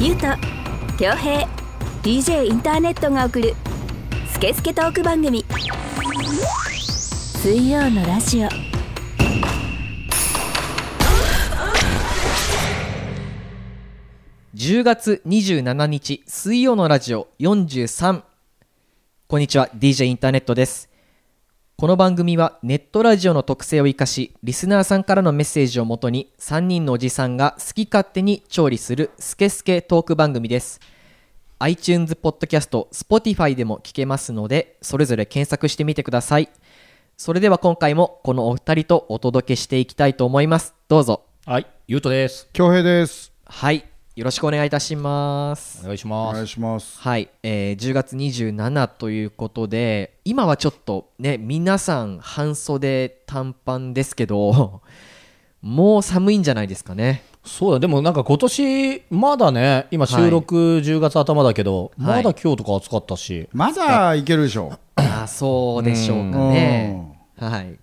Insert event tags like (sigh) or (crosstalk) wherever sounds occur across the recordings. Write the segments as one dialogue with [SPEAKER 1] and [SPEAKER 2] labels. [SPEAKER 1] ゆうと恭平 DJ インターネットが送る「スケスケトーク番組」水曜のラジオ
[SPEAKER 2] 10月27日水曜のラジオ43こんにちは DJ インターネットですこの番組はネットラジオの特性を生かしリスナーさんからのメッセージをもとに3人のおじさんが好き勝手に調理するスケスケトーク番組です iTunes ポッドキャスト Spotify でも聞けますのでそれぞれ検索してみてくださいそれでは今回もこのお二人とお届けしていきたいと思いますどうぞ
[SPEAKER 3] はい、ゆうとです。
[SPEAKER 4] 恭平です。
[SPEAKER 2] はいよろしくお願いいたします
[SPEAKER 3] お願いし
[SPEAKER 4] お
[SPEAKER 3] ま
[SPEAKER 4] 願い
[SPEAKER 3] す。
[SPEAKER 4] します。
[SPEAKER 2] はい、えー10月27ということで今はちょっとね皆さん半袖短パンですけど (laughs) もう寒いんじゃないですかね
[SPEAKER 3] そうだ、でもなんか今年、まだね、今収録10月頭だけど、ま
[SPEAKER 2] はい
[SPEAKER 3] だ今日とか暑かったし、
[SPEAKER 4] まだいけるでしょ
[SPEAKER 2] あーそうでしょうかねはい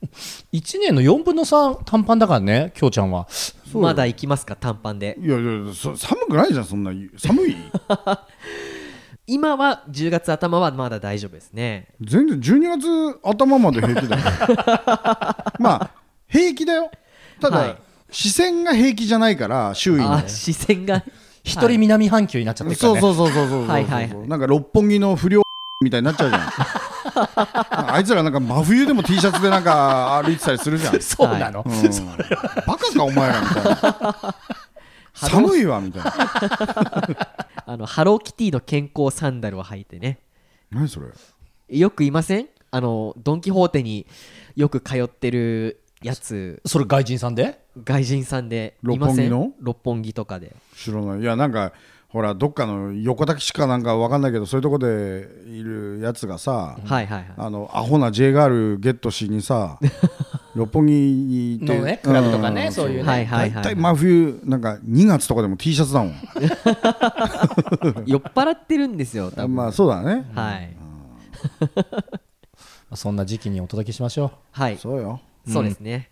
[SPEAKER 3] 1年の4分の3短パンだからね、きょうちゃんは。
[SPEAKER 2] まだ行きますか短パンで
[SPEAKER 4] う。いやいやいや、そ寒くないじゃん、そんな。寒い
[SPEAKER 2] 今は10月頭はまだ大丈夫ですね
[SPEAKER 4] 全然12月頭まで平 (laughs) 気だよ。まあ、平気だよ。ただ、
[SPEAKER 2] はい
[SPEAKER 4] 視線が平気じゃないから、周囲
[SPEAKER 2] あ
[SPEAKER 4] の
[SPEAKER 2] ー。視線が (laughs)
[SPEAKER 3] 一人南半球になっちゃってるから
[SPEAKER 4] そう
[SPEAKER 3] ね。
[SPEAKER 4] そうそうそうそうそう
[SPEAKER 2] はいはい
[SPEAKER 4] なんか六本木の不良みたいになっちゃうじゃん (laughs) あいつらなんか真冬でも T シャツでなんか歩いてたりするじ (laughs) ゃん、うん、
[SPEAKER 3] (laughs) そうなの、
[SPEAKER 4] バカかお前らみたい (laughs) な寒いわみたいな
[SPEAKER 2] あのハローキティの健康サンダルを履いてね
[SPEAKER 4] 何それ
[SPEAKER 2] よくいませんあのドン・キホーテによく通ってるやつ
[SPEAKER 3] それ外人さんで
[SPEAKER 2] 外人さんでいません
[SPEAKER 4] 六本木の
[SPEAKER 2] 六本木とかで
[SPEAKER 4] 知らないいやなんかほらどっかの横田基地かなんかわかんないけどそういうとこでいるやつがさ、
[SPEAKER 2] はいはいはい
[SPEAKER 4] あのアホな J ガールゲットし
[SPEAKER 3] (laughs)
[SPEAKER 4] にさ六本木に行って
[SPEAKER 3] のね、クラブとかね、
[SPEAKER 4] ん
[SPEAKER 3] そういうね。
[SPEAKER 2] はいはい
[SPEAKER 4] 大
[SPEAKER 2] はい
[SPEAKER 4] 体真冬なんか2月とかでも T シャツだもん
[SPEAKER 2] 酔っ払ってるんですよ多
[SPEAKER 4] あ
[SPEAKER 2] 分
[SPEAKER 4] まあそうだね、
[SPEAKER 2] はい
[SPEAKER 3] そんな時期にお届けしましょう。
[SPEAKER 2] はい
[SPEAKER 4] そうよ
[SPEAKER 2] そうですね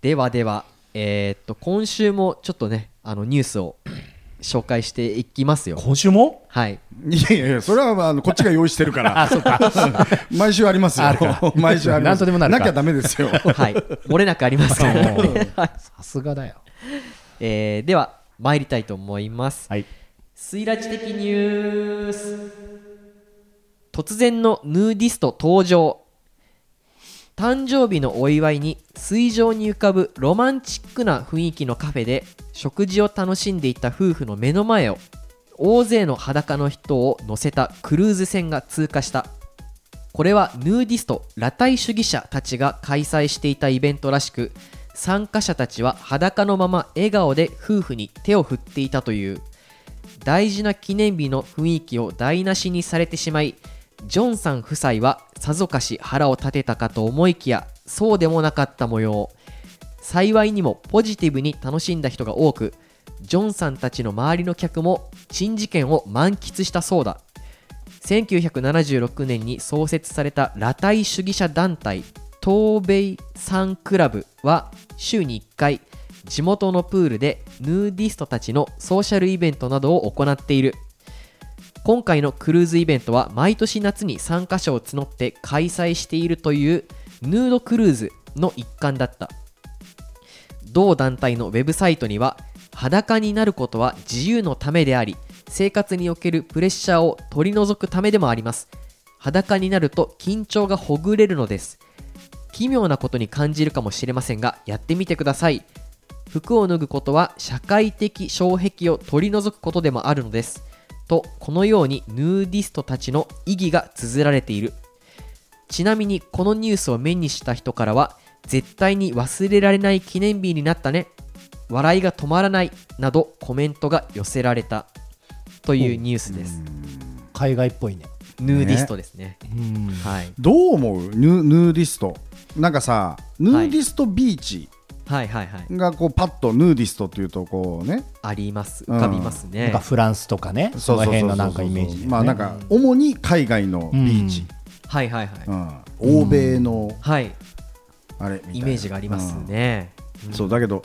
[SPEAKER 2] ではではえーっと今週もちょっとねあのニュースを紹介していきますよ
[SPEAKER 3] 今週も
[SPEAKER 2] はい
[SPEAKER 4] いやいやいやそれはまああのこっちが用意してるから
[SPEAKER 3] (laughs)
[SPEAKER 4] (laughs) 毎週ありますよ
[SPEAKER 3] あるか
[SPEAKER 4] 毎週あります
[SPEAKER 3] なんとでもなるか
[SPEAKER 4] きゃダメですよ
[SPEAKER 2] はい漏れなくありますから
[SPEAKER 4] (laughs)
[SPEAKER 2] ねはい
[SPEAKER 3] さすがだよ。
[SPEAKER 2] えーでは参りたいと思います
[SPEAKER 3] はい。
[SPEAKER 2] スイラジ的ニュース突然のヌーディスト登場誕生日のお祝いに水上に浮かぶロマンチックな雰囲気のカフェで食事を楽しんでいた夫婦の目の前を大勢の裸の人を乗せたクルーズ船が通過したこれはヌーディスト裸体主義者たちが開催していたイベントらしく参加者たちは裸のまま笑顔で夫婦に手を振っていたという大事な記念日の雰囲気を台無しにされてしまいジョンさん夫妻はさぞかし腹を立てたかと思いきやそうでもなかった模様幸いにもポジティブに楽しんだ人が多くジョンさんたちの周りの客も珍事件を満喫したそうだ1976年に創設された裸体主義者団体東米サンクラブは週に1回地元のプールでヌーディストたちのソーシャルイベントなどを行っている今回のクルーズイベントは毎年夏に参加者を募って開催しているというヌードクルーズの一環だった同団体のウェブサイトには裸になることは自由のためであり生活におけるプレッシャーを取り除くためでもあります裸になると緊張がほぐれるのです奇妙なことに感じるかもしれませんがやってみてください服を脱ぐことは社会的障壁を取り除くことでもあるのですとこのようにヌーディストたちの意義が綴られているちなみにこのニュースを目にした人からは絶対に忘れられない記念日になったね笑いが止まらないなどコメントが寄せられたというニュースです
[SPEAKER 3] 海外っぽいね。
[SPEAKER 2] ヌーディストですね
[SPEAKER 3] うん。
[SPEAKER 2] はい、
[SPEAKER 4] どう思うヌヌーディストなんかさヌーディストビーチ
[SPEAKER 2] はいはいはい
[SPEAKER 4] がこうパッとヌーディストっていうとこうね
[SPEAKER 2] あります浮かびます
[SPEAKER 3] な
[SPEAKER 2] ね
[SPEAKER 3] んか、フランスとかね、その辺のなんかイメージで、ね。
[SPEAKER 4] まあなんか主に海外のビーチ、
[SPEAKER 2] はいはいはい、
[SPEAKER 4] うん欧米の
[SPEAKER 2] はい
[SPEAKER 4] あれみたいな
[SPEAKER 2] イメージがありますね、
[SPEAKER 4] うんそうだけど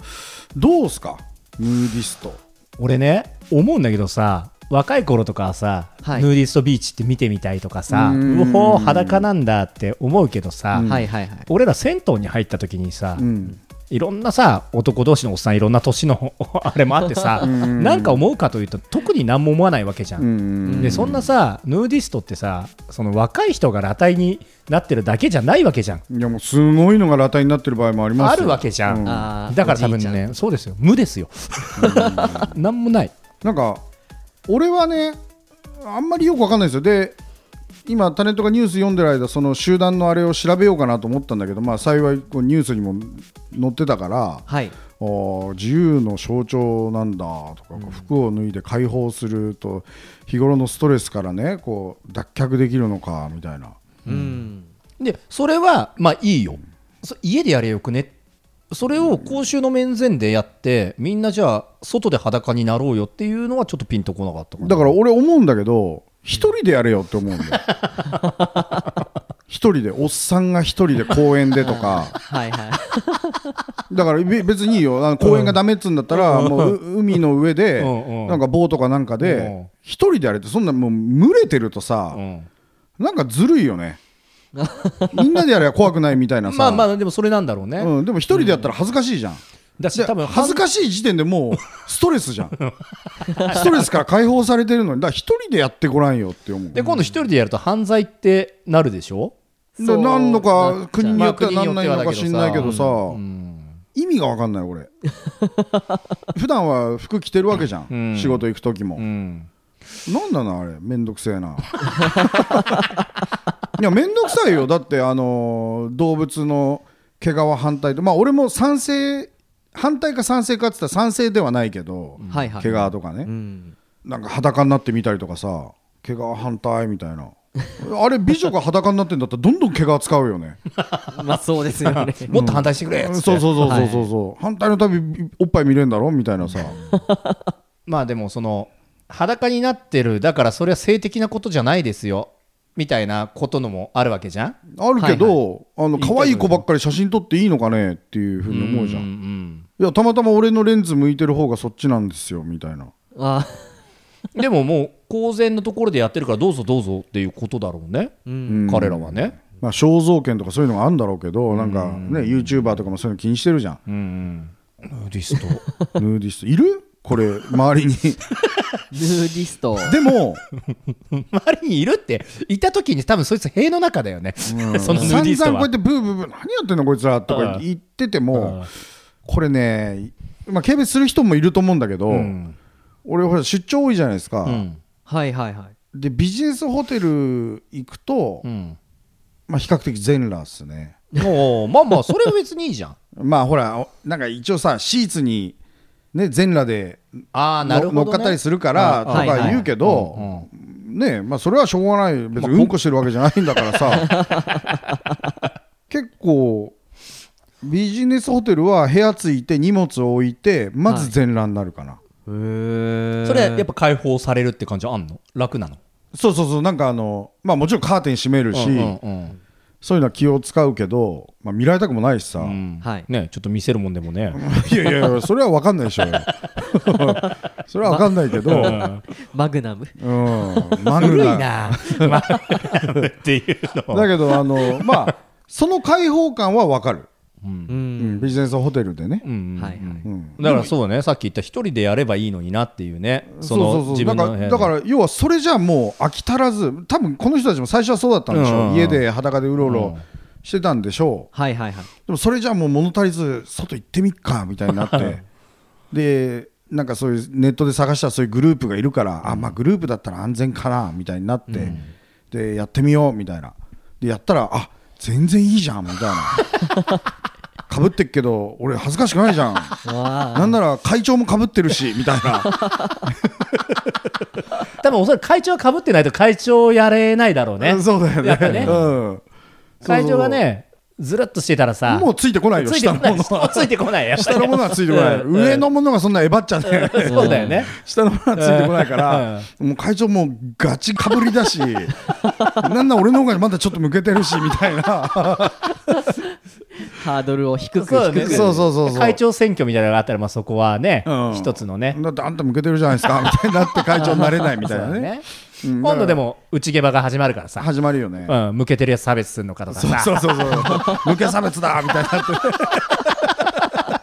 [SPEAKER 4] どうすかヌーディスト
[SPEAKER 3] 俺ね思うんだけどさ若い頃とかはさ、
[SPEAKER 2] はい
[SPEAKER 3] ヌーディストビーチって見てみたいとかさ
[SPEAKER 4] う
[SPEAKER 3] うんおー裸なんだって思うけどさ、
[SPEAKER 4] うん
[SPEAKER 2] はいはいはい
[SPEAKER 3] 俺ら銭湯に入った時にさ、
[SPEAKER 4] うん
[SPEAKER 3] いろんなさ男同士のおっさんいろんな (laughs) 年のあれもあってさ
[SPEAKER 4] うん
[SPEAKER 3] なんか思うかというと特に何も思わないわけじゃん。
[SPEAKER 4] うん
[SPEAKER 3] でそんなさヌーディストってさその若い人が裸体になってるだけじゃないわけじゃん。
[SPEAKER 4] いやもうすごいのが裸体になってる場合もありますよ
[SPEAKER 3] あるわけじゃん
[SPEAKER 4] う
[SPEAKER 2] あー
[SPEAKER 3] だから多分
[SPEAKER 2] おじいちゃん
[SPEAKER 3] ねそうですよ無ですよ。 (laughs) なんもない。
[SPEAKER 4] なんか俺はねあんまりよくわかんないですよで今タネットがニュース読んでる間その集団のあれを調べようかなと思ったんだけどまあ幸いこうニュースにも載ってたから
[SPEAKER 2] はい
[SPEAKER 4] あー自由の象徴なんだとか、こう服を脱いで解放すると日頃のストレスからねこう脱却できるのかみたいな
[SPEAKER 2] うん
[SPEAKER 3] でそれはまあいいよそ家でやれよくねそれを公衆の面前でやってみんなじゃあ外で裸になろうよっていうのはちょっとピンとこなかったかな
[SPEAKER 4] だから俺思うんだけど一人でやれよって
[SPEAKER 3] (laughs)
[SPEAKER 4] 思うんだよ一人でおっさんが一人で公園でとか
[SPEAKER 2] はいはい
[SPEAKER 4] だからべ別にいいよあの公園がダメっつうんだったら、もうう海の上で
[SPEAKER 3] うんうん
[SPEAKER 4] なんか棒とかなんか
[SPEAKER 3] うん
[SPEAKER 4] で一人でやれってそんなもう群れてるとさ、
[SPEAKER 3] うん
[SPEAKER 4] なんかずるいよねみんなでやれば怖くないみたいなさ
[SPEAKER 3] まあまあでもそれなんだろうね、
[SPEAKER 4] うん、でも一人でやったら恥ずかしいじゃん、
[SPEAKER 3] だ
[SPEAKER 4] じ
[SPEAKER 3] し
[SPEAKER 4] ゃあ
[SPEAKER 3] 多分
[SPEAKER 4] 恥ずかしい時点でもうストレスじゃんストレスから解放されてるのにだから一人でやってごらんよって思う
[SPEAKER 3] で今度一人でやると犯罪ってなるでしょ、
[SPEAKER 4] で
[SPEAKER 2] そう
[SPEAKER 4] 何
[SPEAKER 2] な
[SPEAKER 4] 度
[SPEAKER 2] っちゃ
[SPEAKER 4] か
[SPEAKER 2] う
[SPEAKER 4] 国によってはなんないの
[SPEAKER 3] まあ
[SPEAKER 4] か
[SPEAKER 3] 国
[SPEAKER 4] 知
[SPEAKER 3] に
[SPEAKER 4] ん
[SPEAKER 3] よってはだ
[SPEAKER 4] ない
[SPEAKER 3] け
[SPEAKER 4] け
[SPEAKER 3] ど
[SPEAKER 4] ど
[SPEAKER 3] さ
[SPEAKER 4] さ、意味が分かんない俺 (laughs) 普段は服着てるわけじゃん、
[SPEAKER 3] うん
[SPEAKER 4] 仕事行く時も、
[SPEAKER 3] うん、
[SPEAKER 4] なんだなあれめんどくせえな (laughs) いやめんどくさいよだってあのー動物の毛皮反対とまあ俺も賛成反対か賛成かっつったら賛成ではないけど、
[SPEAKER 2] はいはい
[SPEAKER 4] 毛皮とかね、
[SPEAKER 2] うん
[SPEAKER 4] なんか裸になってみたりとかさ毛皮反対みたいなあれ美女が裸になってんだったらどんどん毛皮使う
[SPEAKER 2] (laughs)
[SPEAKER 4] よね
[SPEAKER 2] まあそうですよね
[SPEAKER 3] (laughs) もっと反対してくれっつって、
[SPEAKER 4] そうそうそうそうそうそう、反対の度おっぱい見れんだろみたいなさ
[SPEAKER 3] まあでもその裸になってるだからそれは性的なことじゃないですよみたいなことのもあるわけじゃん
[SPEAKER 4] あるけど、あの可愛い子ばっかり写真撮っていいのかねっていうふうに思うじゃん
[SPEAKER 3] うんうん
[SPEAKER 4] いやたまたま俺のレンズ向いてる方がそっちなんですよみたいな
[SPEAKER 2] あ
[SPEAKER 3] でももう公然のところでやってるからどうぞどうぞっていうことだろうね、
[SPEAKER 2] うん
[SPEAKER 3] 彼らはね、
[SPEAKER 4] まあ肖像権とかそういうのがあるんだろうけどなんかね YouTuber とかもそういうの気にしてるじゃ
[SPEAKER 3] (laughs)
[SPEAKER 4] ん
[SPEAKER 3] うんうん、ヌーディスト (laughs)
[SPEAKER 4] ヌーディストいるこれ周りに
[SPEAKER 2] ヌーディスト
[SPEAKER 4] でも
[SPEAKER 3] 周りにいるっていた時に多分そいつ塀の中だよね、そのヌー
[SPEAKER 4] 散
[SPEAKER 3] ディスト
[SPEAKER 4] 々こうや
[SPEAKER 3] は
[SPEAKER 4] ってブーブーブー何やってんのこいつらとか言っててもこれねまあ軽蔑する人もいると思うんだけど
[SPEAKER 3] うん
[SPEAKER 4] 俺ほら出張多いじゃないですか
[SPEAKER 3] うん
[SPEAKER 2] はいはいはい
[SPEAKER 4] でビジネスホテル行くと
[SPEAKER 3] うん
[SPEAKER 4] まあ比較的全裸っすね
[SPEAKER 3] もうまあまあそれは別にいいじゃん
[SPEAKER 4] まあほらおなんか一応さシーツにね全裸で
[SPEAKER 3] ああなるほど、
[SPEAKER 4] の
[SPEAKER 3] ね、
[SPEAKER 4] 乗っかったりするからと
[SPEAKER 2] はいはい
[SPEAKER 4] か言うけ
[SPEAKER 3] う
[SPEAKER 4] ど、
[SPEAKER 3] んうん
[SPEAKER 4] ねえまあ、それはしょうがない、別にうんこしてるわけじゃないんだからさ、
[SPEAKER 3] (laughs)
[SPEAKER 4] 結構、ビジネスホテルは部屋ついて、荷物を置いて、まず全裸になるかな、
[SPEAKER 2] へえ
[SPEAKER 3] それやっぱ解放されるって感じはあんの楽なの
[SPEAKER 4] そうそうそう、なんかあの、まあ、もちろんカーテン閉めるし、
[SPEAKER 3] うんうん
[SPEAKER 4] そういうのは気を使うけど、まあ、見られたくもないしさ、
[SPEAKER 3] うんうん
[SPEAKER 2] はい
[SPEAKER 3] ねちょっと見せるもんでもね
[SPEAKER 4] いやいやいや、それは分かんないでし
[SPEAKER 3] (laughs)
[SPEAKER 4] ょ、それは分かんないけど、
[SPEAKER 2] マグナム
[SPEAKER 4] うん、マグナ
[SPEAKER 3] なっていうの
[SPEAKER 4] だけど、あのまあ、その開放感は分かる、
[SPEAKER 2] う
[SPEAKER 4] うんんビジネスホテルでね。
[SPEAKER 3] うん
[SPEAKER 2] はいはい
[SPEAKER 4] うん
[SPEAKER 3] だからそうねさっき言った一人でやればいいのになっていうねその
[SPEAKER 4] う
[SPEAKER 3] 自
[SPEAKER 4] な
[SPEAKER 3] 分
[SPEAKER 4] ん
[SPEAKER 3] の部屋で
[SPEAKER 4] かだから要はそれじゃもう飽き足らず多分この人たちも最初はそうだったんでし
[SPEAKER 3] うんう
[SPEAKER 4] ょ、
[SPEAKER 3] んうん
[SPEAKER 4] 家で裸でうろう
[SPEAKER 3] う
[SPEAKER 4] ろ
[SPEAKER 3] ん
[SPEAKER 4] してたんでしょう、
[SPEAKER 2] はいはいはい
[SPEAKER 4] でもそれじゃもう物足りず外行ってみっかみたいになって
[SPEAKER 3] (laughs)
[SPEAKER 4] でなんかそういうネットで探したらそういうグループがいるから、あまあグループだったら安全かなみたいになって、でやってみようみたいなでやったらあ全然いいじゃんみたいな
[SPEAKER 3] (laughs)
[SPEAKER 4] かぶってっけど俺恥ずかしくないじゃん
[SPEAKER 2] わ
[SPEAKER 4] なんなら会長もかぶってるしみたいな。
[SPEAKER 3] 多分おそらく会長はかぶってないと会長やれないだろう (laughs) ね
[SPEAKER 4] うんそうだよ
[SPEAKER 3] やっぱ
[SPEAKER 4] ね。
[SPEAKER 3] ね
[SPEAKER 4] うん
[SPEAKER 3] 会長がねずらっとしてたらさ
[SPEAKER 4] もうついてこないよ、
[SPEAKER 3] ついて
[SPEAKER 4] 下
[SPEAKER 3] こな
[SPEAKER 4] のも
[SPEAKER 3] い (laughs)
[SPEAKER 4] の
[SPEAKER 3] 下も
[SPEAKER 4] は。
[SPEAKER 3] ついてこないやっぱ
[SPEAKER 4] 下
[SPEAKER 3] り
[SPEAKER 4] のもの (laughs) はついてこない。
[SPEAKER 3] うん
[SPEAKER 4] 上のものがそんなえばっちゃね。
[SPEAKER 3] (laughs) そうだよね
[SPEAKER 4] 下のものはついてこないから、もう会長もうガチかぶりだし、 (laughs) なんなら俺の方がまだちょっと向けてるし、みたいな。
[SPEAKER 2] ハードルを低く低く
[SPEAKER 3] そうだね
[SPEAKER 4] そうそうそうそう
[SPEAKER 3] 会長選挙みたいなのがあったら、まあ、そこはね、
[SPEAKER 4] うん
[SPEAKER 3] 一つの (laughs) ね。
[SPEAKER 4] だってあんた向けてるじゃないですかみたいになって会長になれないみたいな
[SPEAKER 3] そうだ
[SPEAKER 4] ね
[SPEAKER 3] ね
[SPEAKER 4] うん
[SPEAKER 3] 今度でも、内下馬が始まるからさ、
[SPEAKER 4] 始まるよね、
[SPEAKER 3] うん、向けてるやつ差別するのかとかさ、
[SPEAKER 4] そうそうそうそう無形差別だみたいになっ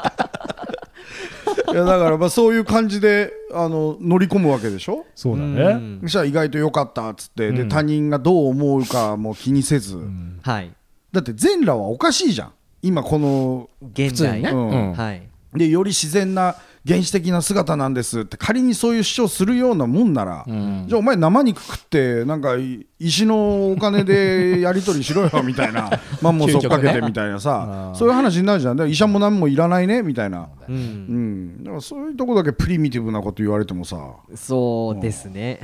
[SPEAKER 4] ていやだからまあそういう感じであの乗り込むわけでしょ
[SPEAKER 3] そうだ
[SPEAKER 2] う
[SPEAKER 3] ね。
[SPEAKER 2] ん
[SPEAKER 4] そしたら意外と良かったっつって、
[SPEAKER 3] う
[SPEAKER 4] で
[SPEAKER 3] ん
[SPEAKER 4] 他人がどう思うかも気にせず、
[SPEAKER 2] はい
[SPEAKER 4] だって全裸はおかしいじゃん今この
[SPEAKER 2] 現在
[SPEAKER 4] ねうん
[SPEAKER 3] うん
[SPEAKER 2] はい
[SPEAKER 4] でより自然な原始的な姿なんですって仮にそういう主張するようなもんなら、じゃあお前生肉食ってなんかい石のお金でやり取りしろよみた
[SPEAKER 2] (laughs)
[SPEAKER 4] いなマンモス追っかけてみたいなさ、そういう話になるじゃんで医者も何もいらないねみたいな、
[SPEAKER 2] う
[SPEAKER 4] うんん、だからそういうとこだけプリミティブなこと言われてもさ
[SPEAKER 2] そうですね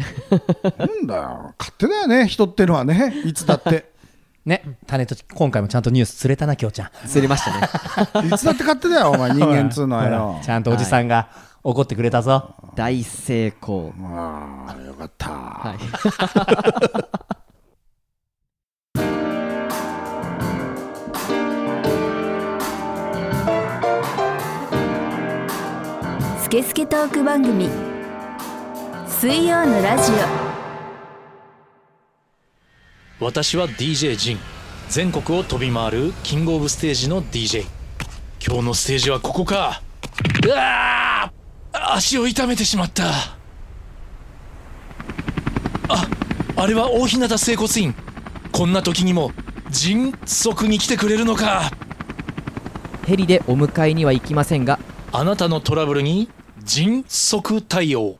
[SPEAKER 4] なんだよ勝手だよね人ってのはねいつだって
[SPEAKER 2] (laughs)
[SPEAKER 3] ね、種と、今回もちゃんとニュース釣れたな、きょうちゃん。
[SPEAKER 2] 釣れましたね
[SPEAKER 4] いつだって勝手だよお前人間っつうのは
[SPEAKER 2] (laughs)
[SPEAKER 3] ほ
[SPEAKER 4] よ
[SPEAKER 3] らちゃんとおじさんが怒ってくれたぞ。
[SPEAKER 2] 大成功
[SPEAKER 4] ああよかっ
[SPEAKER 3] (laughs)
[SPEAKER 4] た、
[SPEAKER 2] はい
[SPEAKER 1] スケスケトーク番組水曜のラジ
[SPEAKER 5] 私は DJ ジン全国を飛び回るキングオブステージの DJ 今日のステージはここかうわあ足を痛めてしまったああれは大日向整骨院こんな時にも迅速に来てくれるのか
[SPEAKER 2] ヘリでお迎えには行きませんが
[SPEAKER 5] あなたのトラブルに迅速対応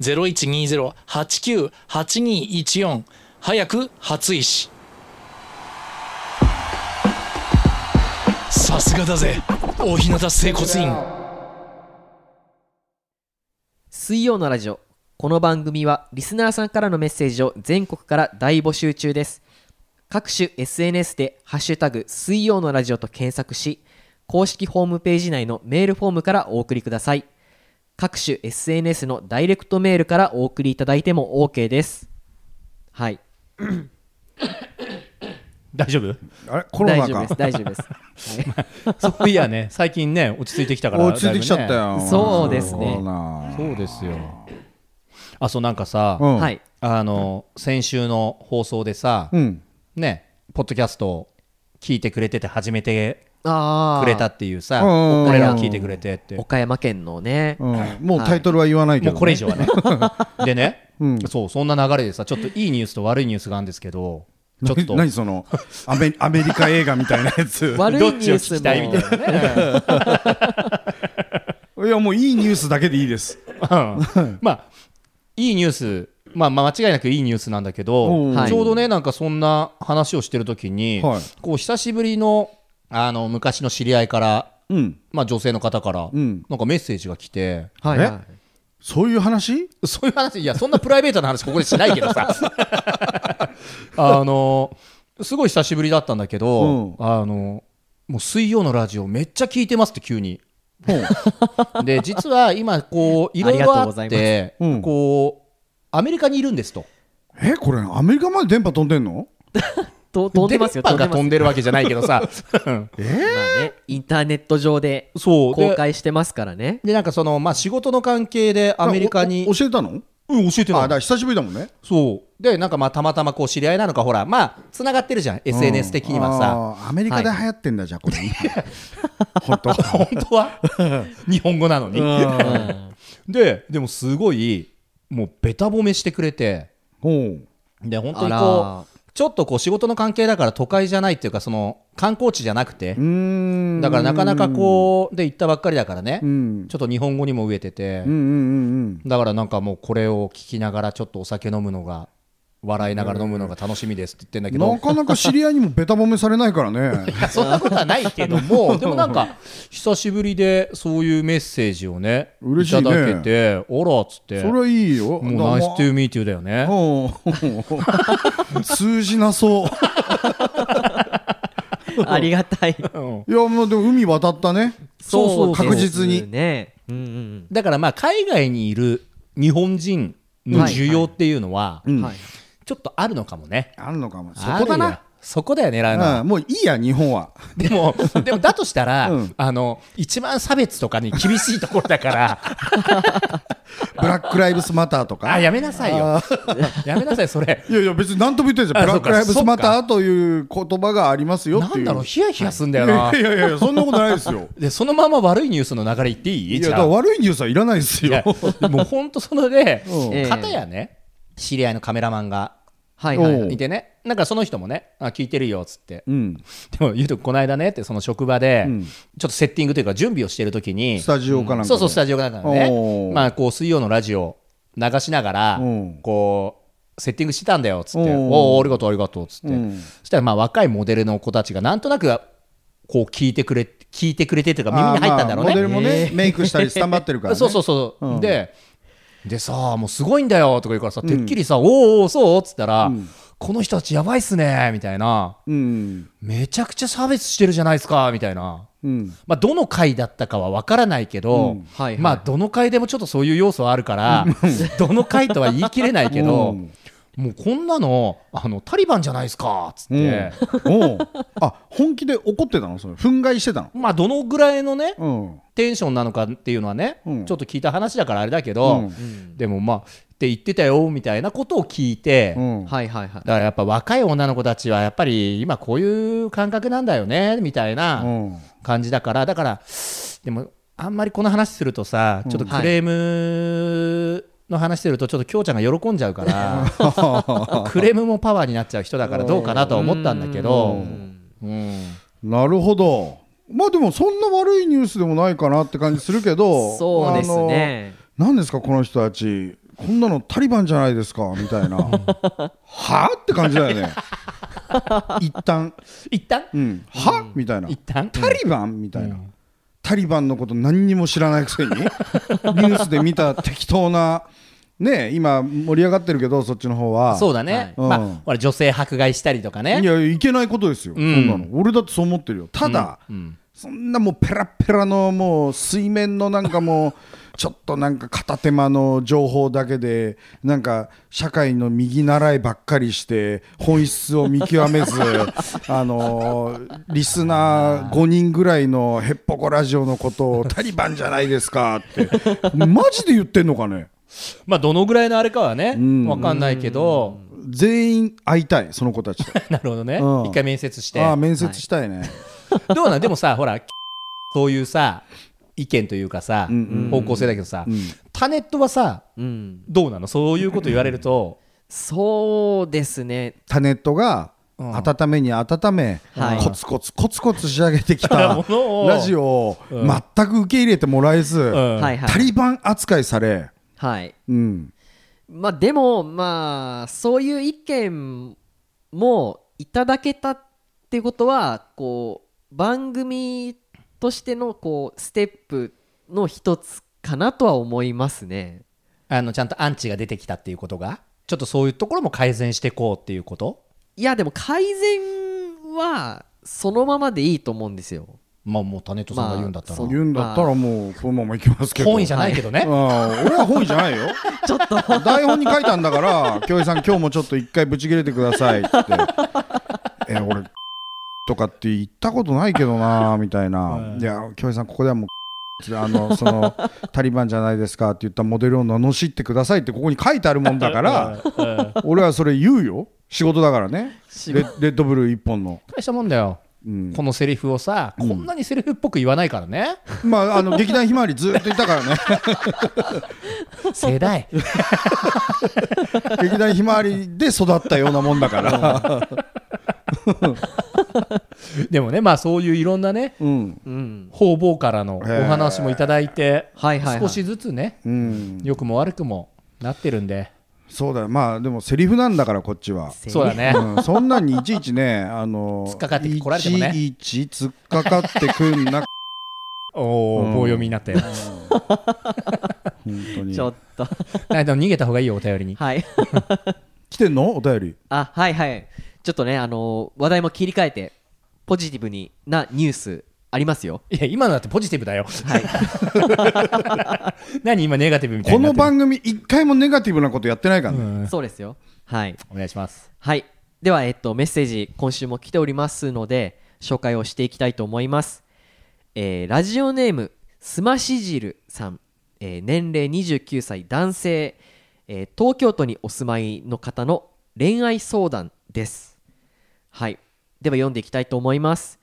[SPEAKER 5] 0120-89-8214早く初石さすがだぜ大日向整骨院
[SPEAKER 2] 水曜のラジオこの番組はリスナーさんからのメッセージを全国から大募集中です各種 SNS で「ハッシュタグ水曜のラジオ」と検索し公式ホームページ内のメールフォームからお送りください各種 SNS のダイレクトメールからお送りいただいても OK ですはい
[SPEAKER 3] 大丈夫
[SPEAKER 4] あれコロナ
[SPEAKER 2] 大丈夫
[SPEAKER 4] か
[SPEAKER 2] です大丈夫です、はい
[SPEAKER 3] そういやね、最近ね、落ち着いてきたから。
[SPEAKER 4] 落ち着いてきちゃった
[SPEAKER 3] だいぶね。
[SPEAKER 4] よ、
[SPEAKER 2] そうですね
[SPEAKER 4] コロナ
[SPEAKER 3] そうですよ。あ、そう、なんかさ、
[SPEAKER 4] うん
[SPEAKER 2] はい
[SPEAKER 3] あの、先週の放送でさ、
[SPEAKER 4] うん
[SPEAKER 3] ね、ポッドキャストを聞いてくれてて、始めて
[SPEAKER 2] ああ
[SPEAKER 3] くれたっていうさ、
[SPEAKER 4] うん
[SPEAKER 3] 俺らを聞いてくれてって。
[SPEAKER 2] 岡山県のね、
[SPEAKER 4] うん、もうタイトルは言わないけど、
[SPEAKER 3] もう
[SPEAKER 4] ね
[SPEAKER 3] これ以上は
[SPEAKER 4] (laughs)
[SPEAKER 3] ね。でね、
[SPEAKER 4] うん
[SPEAKER 3] そう、そんな流れでさ、ちょっといいニュースと悪いニュースがあるんですけど、ちょっと。
[SPEAKER 4] 何そのアメアメリカ映画みたいな
[SPEAKER 3] (laughs)
[SPEAKER 4] やつ
[SPEAKER 2] 悪いニ
[SPEAKER 3] ど
[SPEAKER 2] ュ
[SPEAKER 3] っちを
[SPEAKER 2] ー
[SPEAKER 3] 聞
[SPEAKER 2] ス
[SPEAKER 3] きたいみたい
[SPEAKER 2] も
[SPEAKER 3] なね。
[SPEAKER 4] いやもういいニュースだけでいいです
[SPEAKER 3] うん (laughs) まあいいニュース、まあ、まあ間違いなくいいニュースなんだけど、
[SPEAKER 4] うん
[SPEAKER 2] はい
[SPEAKER 3] ちょうどねなんかそんな話をしてる時に、
[SPEAKER 4] はい
[SPEAKER 3] こう久しぶりのあの昔の知り合いから、
[SPEAKER 4] うん
[SPEAKER 3] まあ、女性の方から、
[SPEAKER 4] うん
[SPEAKER 3] なんかメッセージが来て
[SPEAKER 2] はいはい
[SPEAKER 4] そういう話
[SPEAKER 3] そういう話いやそんなプライベートな話ここでしないけどさあのすごい久しぶりだったんだけど、
[SPEAKER 4] う
[SPEAKER 3] あのもう水曜のラジオめっちゃ聞いてますって急にで実は今こういろいろあ
[SPEAKER 2] ありがと
[SPEAKER 3] っ
[SPEAKER 2] うござ
[SPEAKER 3] て
[SPEAKER 4] ますうん
[SPEAKER 3] こうアメリカにいるんですと。
[SPEAKER 4] (laughs) えこれアメリカまで電波飛んでんの
[SPEAKER 2] と飛んでますよ
[SPEAKER 3] 電
[SPEAKER 2] 飛んで
[SPEAKER 3] 波が
[SPEAKER 2] ます
[SPEAKER 3] 飛んでるわけじゃないけどさ
[SPEAKER 2] まあね、インターネット上で
[SPEAKER 3] そう
[SPEAKER 2] 公
[SPEAKER 3] で
[SPEAKER 2] 開してますからね。
[SPEAKER 3] でなんかその、まあ、仕事の関係でアメリカに
[SPEAKER 4] おお教えたの
[SPEAKER 3] うん教えて
[SPEAKER 4] あだから久しぶりだもんね
[SPEAKER 3] そうでなんかまあたまたまこう知り合いなのかほらまあつながってるじゃん SNS 的にはさ、
[SPEAKER 4] あーアメリカで流行ってんだ、じ
[SPEAKER 3] (laughs)
[SPEAKER 4] ゃあこれ本当
[SPEAKER 3] 本当は日本語なのに
[SPEAKER 4] (laughs)
[SPEAKER 2] うん
[SPEAKER 3] ででもすごいもうべた褒めしてくれて
[SPEAKER 4] おう
[SPEAKER 3] で本当に
[SPEAKER 2] あ
[SPEAKER 3] こうちょっとこう仕事の関係だから都会じゃないっていうかその観光地じゃなくて
[SPEAKER 4] うーん
[SPEAKER 3] だからなかなかこうで行ったばっかりだからね、
[SPEAKER 4] うん
[SPEAKER 3] ちょっと日本語にも飢えてて、
[SPEAKER 4] うんうんうん
[SPEAKER 3] だからなんかもうこれを聞きながらちょっとお酒飲むのが笑いながら飲むのが楽しみですって言ってんだ
[SPEAKER 4] う
[SPEAKER 3] け
[SPEAKER 4] ん
[SPEAKER 3] ど、
[SPEAKER 4] なかなか知り合いにもべた褒めされないか
[SPEAKER 3] (laughs)
[SPEAKER 4] らね
[SPEAKER 3] いやそんなことはないけどもでもなんか久しぶりでそういうメッセージをね
[SPEAKER 4] 嬉しいね
[SPEAKER 3] いただけておらっつって
[SPEAKER 4] それはいい
[SPEAKER 3] も
[SPEAKER 4] よ
[SPEAKER 3] うナイストゥーミートゥーだよね
[SPEAKER 4] おう (laughs) 通じなそう
[SPEAKER 3] (laughs)
[SPEAKER 2] ありがたい。
[SPEAKER 3] うん
[SPEAKER 4] いやもうでも海渡ったね
[SPEAKER 2] そうです
[SPEAKER 4] 確実に
[SPEAKER 2] ね。うんうん
[SPEAKER 3] だからまあ海外にいる日本人の需要っていうのは
[SPEAKER 4] うん
[SPEAKER 2] はい
[SPEAKER 3] ちょっとあるのかもね
[SPEAKER 4] あるのかもそ
[SPEAKER 3] あ
[SPEAKER 4] こ
[SPEAKER 3] るよ
[SPEAKER 4] だな
[SPEAKER 3] そこだよ狙うのは
[SPEAKER 4] うんもういいや日
[SPEAKER 3] (laughs)
[SPEAKER 4] 本は
[SPEAKER 3] で
[SPEAKER 4] (laughs)
[SPEAKER 3] も、でもだとしたら、
[SPEAKER 4] うん
[SPEAKER 3] あの、一番差別とかに厳しいところだから、
[SPEAKER 4] (laughs) ブラック・ライブスマターとか
[SPEAKER 3] あ、やめなさいよ。 (laughs) やめなさい、それ。
[SPEAKER 4] いやいや別に何とも言ってないじゃ
[SPEAKER 3] あ
[SPEAKER 4] んブラック・ライブ
[SPEAKER 3] そっ
[SPEAKER 4] ス
[SPEAKER 3] か
[SPEAKER 4] マターという言葉がありますよっ
[SPEAKER 3] な
[SPEAKER 4] ていうん
[SPEAKER 3] だろう、ヒヤヒヤすんだよ
[SPEAKER 4] い
[SPEAKER 3] な
[SPEAKER 4] や。いやいやいやそんなことない
[SPEAKER 3] (laughs)
[SPEAKER 4] ですよ
[SPEAKER 3] で、そのまま悪いニュースの流れ言っていい
[SPEAKER 4] いや
[SPEAKER 3] じ
[SPEAKER 4] だ
[SPEAKER 3] ゃ
[SPEAKER 4] から
[SPEAKER 3] あ
[SPEAKER 4] 悪いニュースはいらないです
[SPEAKER 3] いや
[SPEAKER 4] よ
[SPEAKER 3] もう本当そので
[SPEAKER 4] うん
[SPEAKER 2] ええ、
[SPEAKER 3] 片やね、知り合いのカメラマンが
[SPEAKER 2] はいはいは
[SPEAKER 4] おう
[SPEAKER 2] い
[SPEAKER 3] いてね、なんかその人もね、あ聞いてるよっつって、
[SPEAKER 4] うん
[SPEAKER 3] でも、ゆうとくんこの間ねって、その職場で、
[SPEAKER 4] うん
[SPEAKER 3] ちょっとセッティングというか、準備をしてるときに、
[SPEAKER 4] スタジオかなんかで
[SPEAKER 3] そうそう、スタジオかなんかで
[SPEAKER 4] お
[SPEAKER 3] ね
[SPEAKER 4] ー、
[SPEAKER 3] まあ、こう、水曜のラジオ流しながら
[SPEAKER 4] うん、
[SPEAKER 3] こう、セッティングしてたんだよ、つっ
[SPEAKER 4] お
[SPEAKER 3] て、
[SPEAKER 4] ー
[SPEAKER 3] おお、ありがとう、ありがとう、つって。
[SPEAKER 4] うん
[SPEAKER 3] そしたら、まあ、若いモデルの子たちが、なんとなく、こう、聞いてくれ、聞いてくれてというか、耳に入ったんだろう
[SPEAKER 4] あーまあモデル
[SPEAKER 3] ね。
[SPEAKER 4] もねメイクしたりスタンバってるから
[SPEAKER 3] (laughs)
[SPEAKER 4] ね
[SPEAKER 3] そうそうそう。
[SPEAKER 4] うん
[SPEAKER 3] で、でさ、もうすごいんだよ、とか言うからさ、てっきりさ、おーおー、そうっつったら、この人たちやばいっすね、みたいな。
[SPEAKER 4] うん
[SPEAKER 3] めちゃくちゃ差別してるじゃないですか、みたいな。
[SPEAKER 4] うん
[SPEAKER 3] まあ、どの回だったかは分からないけど、
[SPEAKER 4] うん
[SPEAKER 2] はいはい
[SPEAKER 3] まあ、どの回でもちょっとそういう要素はあるから、どの回とは言い切れないけど、
[SPEAKER 4] うん
[SPEAKER 3] もうこんなのあのタリバンじゃないですかっつっ
[SPEAKER 4] うん
[SPEAKER 3] て、
[SPEAKER 4] おうあ本気で怒ってたのそれ憤慨してたの
[SPEAKER 3] まあ、どのぐらいのね
[SPEAKER 4] うん
[SPEAKER 3] テンションなのかっていうのはね、
[SPEAKER 4] うん
[SPEAKER 3] ちょっと聞いた話だからあれだけど、
[SPEAKER 4] うん
[SPEAKER 3] でもまあって言ってたよみたいなことを聞いて、
[SPEAKER 4] うん
[SPEAKER 2] はいはいはい
[SPEAKER 3] だからやっぱ若い女の子たちはやっぱり今こういう感覚なんだよねみたいな。
[SPEAKER 4] うん
[SPEAKER 3] 感じだからだからでもあんまりこの話するとさちょっとクレームの話するとちょっと京ちゃんが喜んじゃう
[SPEAKER 4] (laughs)
[SPEAKER 3] から、クレームもパワーになっちゃう人だからどうかなとは思ったんだけどうん
[SPEAKER 4] なるほどまあでもそんな悪いニュースでもないかなって感じするけど
[SPEAKER 2] そうですね
[SPEAKER 4] あの何ですかこの人たちこんなのタリバンじゃないですかみた
[SPEAKER 2] (laughs)
[SPEAKER 4] いなはあって感じだよね一旦、
[SPEAKER 3] 一旦
[SPEAKER 4] うん、は、みたいな
[SPEAKER 3] 一旦
[SPEAKER 4] タリバンみたいな、タリバンのこと何にも知らないくせにニュースで見た適当なね今盛り上がってるけどそっちの方は
[SPEAKER 3] そうだね、
[SPEAKER 4] はい
[SPEAKER 3] ま
[SPEAKER 4] うん
[SPEAKER 3] あほら女性迫害したりとかね
[SPEAKER 4] いやいけないことですよ、
[SPEAKER 3] うん
[SPEAKER 4] そんなの俺だってそう思ってるよただ、そんなもうペラペラのもう水面のなんか (laughs) もうちょっとなんか片手間の情報だけでなんか社会の右習いばっかりして本質を見極 (laughs) めずあのーリスナー5人ぐらいのへっぽこラジオのことをタリバンじゃないですかってマジで言ってんのかね
[SPEAKER 3] まあどのぐらいのあれかはね、
[SPEAKER 4] ん
[SPEAKER 3] わかんないけど、
[SPEAKER 4] 全員会いたいその子たち (laughs) と
[SPEAKER 3] (laughs) なるほどね、
[SPEAKER 4] うん
[SPEAKER 3] 一回面接して
[SPEAKER 4] ああ面接したいね、
[SPEAKER 3] どうなんでもさほら (laughs) そういうさ意見というかさ、
[SPEAKER 4] うん
[SPEAKER 3] 方向性だけどさ、
[SPEAKER 4] うん
[SPEAKER 3] タネットはさ
[SPEAKER 2] うん
[SPEAKER 3] どうなのそういうこと言われる (laughs) と、
[SPEAKER 2] そうですね
[SPEAKER 4] タネットが
[SPEAKER 3] うん
[SPEAKER 4] 温めに温め、
[SPEAKER 2] はい
[SPEAKER 4] コツコツコツコツ仕上げ
[SPEAKER 3] (laughs)
[SPEAKER 4] てきた
[SPEAKER 3] ものを
[SPEAKER 4] ラジオを
[SPEAKER 3] うん
[SPEAKER 4] 全く受け入れてもらえず、
[SPEAKER 3] うん
[SPEAKER 2] はい
[SPEAKER 4] タ
[SPEAKER 2] はい
[SPEAKER 4] リバン扱いされ、
[SPEAKER 2] はい
[SPEAKER 4] うん
[SPEAKER 2] まあでもまあそういう意見もいただけたってことはこう番組としてのこうステップの一つかなとは思いますね。
[SPEAKER 3] あのちゃんとアンチが出てきたっていうことがちょっとそういうところも改善していこうっていうこと
[SPEAKER 2] いやでも改善はそのままでいいと思うんですよ。
[SPEAKER 3] まあもうタネットさんが言うんだったら、
[SPEAKER 2] まあそ
[SPEAKER 4] 言うんだったらもうこのままいきますけど
[SPEAKER 3] 本意じゃないけどね、
[SPEAKER 4] うん俺は本意じゃな
[SPEAKER 3] (laughs)
[SPEAKER 4] いよ
[SPEAKER 2] ちょっと
[SPEAKER 4] 台本に書いたんだから京平さん今日もちょっと一回ブチ切れてください
[SPEAKER 3] (laughs)
[SPEAKER 4] ってえ俺とかって言ったことないけどなみたいな、
[SPEAKER 3] うん
[SPEAKER 4] いや京平さんここではもうあのそのタリバンじゃないですかって言ったモデルを罵ってくださいってここに書いてあるもんだから
[SPEAKER 3] うん
[SPEAKER 4] 俺はそれ言うよ仕事だからね
[SPEAKER 2] 仕
[SPEAKER 4] レ
[SPEAKER 2] 事
[SPEAKER 4] ッレッドブル一本の、
[SPEAKER 3] 大したもんだよ
[SPEAKER 4] うん
[SPEAKER 3] このセリフをさ、こんなにセリフっぽく言わないからね
[SPEAKER 4] まああの劇団ひまわりずっといたからね
[SPEAKER 3] (laughs) 世代
[SPEAKER 4] 劇団ひまわりで育ったようなもんだから、
[SPEAKER 3] でもねまあそう (laughs) いういろんなね
[SPEAKER 4] うん
[SPEAKER 2] うん
[SPEAKER 3] 方々からのお話もいただいて、
[SPEAKER 2] はいはいはい
[SPEAKER 3] 少しずつね
[SPEAKER 4] うん、
[SPEAKER 3] 良くも悪くもなってるんで
[SPEAKER 4] そうだよまあでもセリフなんだからこっちは
[SPEAKER 3] そうだね、
[SPEAKER 4] うん、そんなんにいちいちね、あの
[SPEAKER 3] 突っかかってこられてもね
[SPEAKER 4] いちいち突っかかってくん
[SPEAKER 3] (laughs)
[SPEAKER 4] な、
[SPEAKER 3] おお、
[SPEAKER 4] うん
[SPEAKER 3] 棒読みになったよ
[SPEAKER 4] 本当に
[SPEAKER 2] ち。ょっと
[SPEAKER 3] (laughs) あでも逃げた方がいいよお便りに
[SPEAKER 2] はい
[SPEAKER 4] 来てんのお便り。
[SPEAKER 2] あはいはいちょっとねあの話題も切り替えてポジティブになニュースありますよ。
[SPEAKER 3] いや今のだってポジティブだよ、 (laughs) 何今ネガティブみたい
[SPEAKER 4] こ
[SPEAKER 3] になってる
[SPEAKER 4] の番組、一回もネガティブなことやってないからね。
[SPEAKER 3] うん
[SPEAKER 2] そうですよ。はい
[SPEAKER 3] お願いします
[SPEAKER 2] はい。では、えっと、メッセージ今週も来ておりますので紹介をしていきたいと思います、えーラジオネームすまし汁さん、えー年齢29歳男性、えー東京都にお住まいの方の恋愛相談ですはいでは読んでいきたいと思います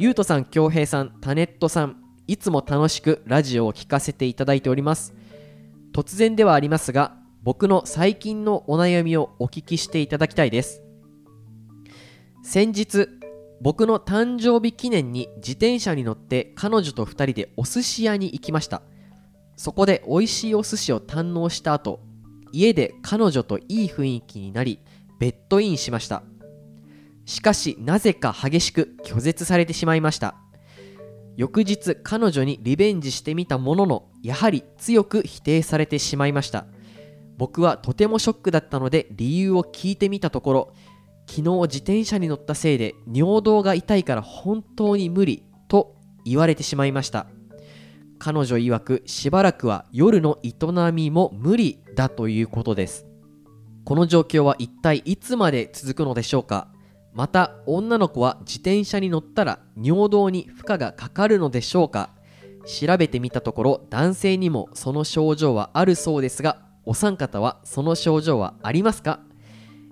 [SPEAKER 2] ゆうとさん恭平さんタネットさんいつも楽しくラジオを聞かせていただいております突然ではありますが僕の最近のお悩みをお聞きしていただきたいです先日僕の誕生日記念に自転車に乗って彼女と2人でお寿司屋に行きましたそこで美味しいお寿司を堪能した後家で彼女といい雰囲気になりベッドインしましたしかしなぜか激しく拒絶されてしまいました翌日彼女にリベンジしてみたもののやはり強く否定されてしまいました僕はとてもショックだったので理由を聞いてみたところ昨日自転車に乗ったせいで尿道が痛いから本当に無理と言われてしまいました彼女曰くしばらくは夜の営みも無理だということですこの状況は一体いつまで続くのでしょうかまた女の子は自転車に乗ったら尿道に負荷がかかるのでしょうか調べてみたところ男性にもその症状はあるそうですがお三方はその症状はありますか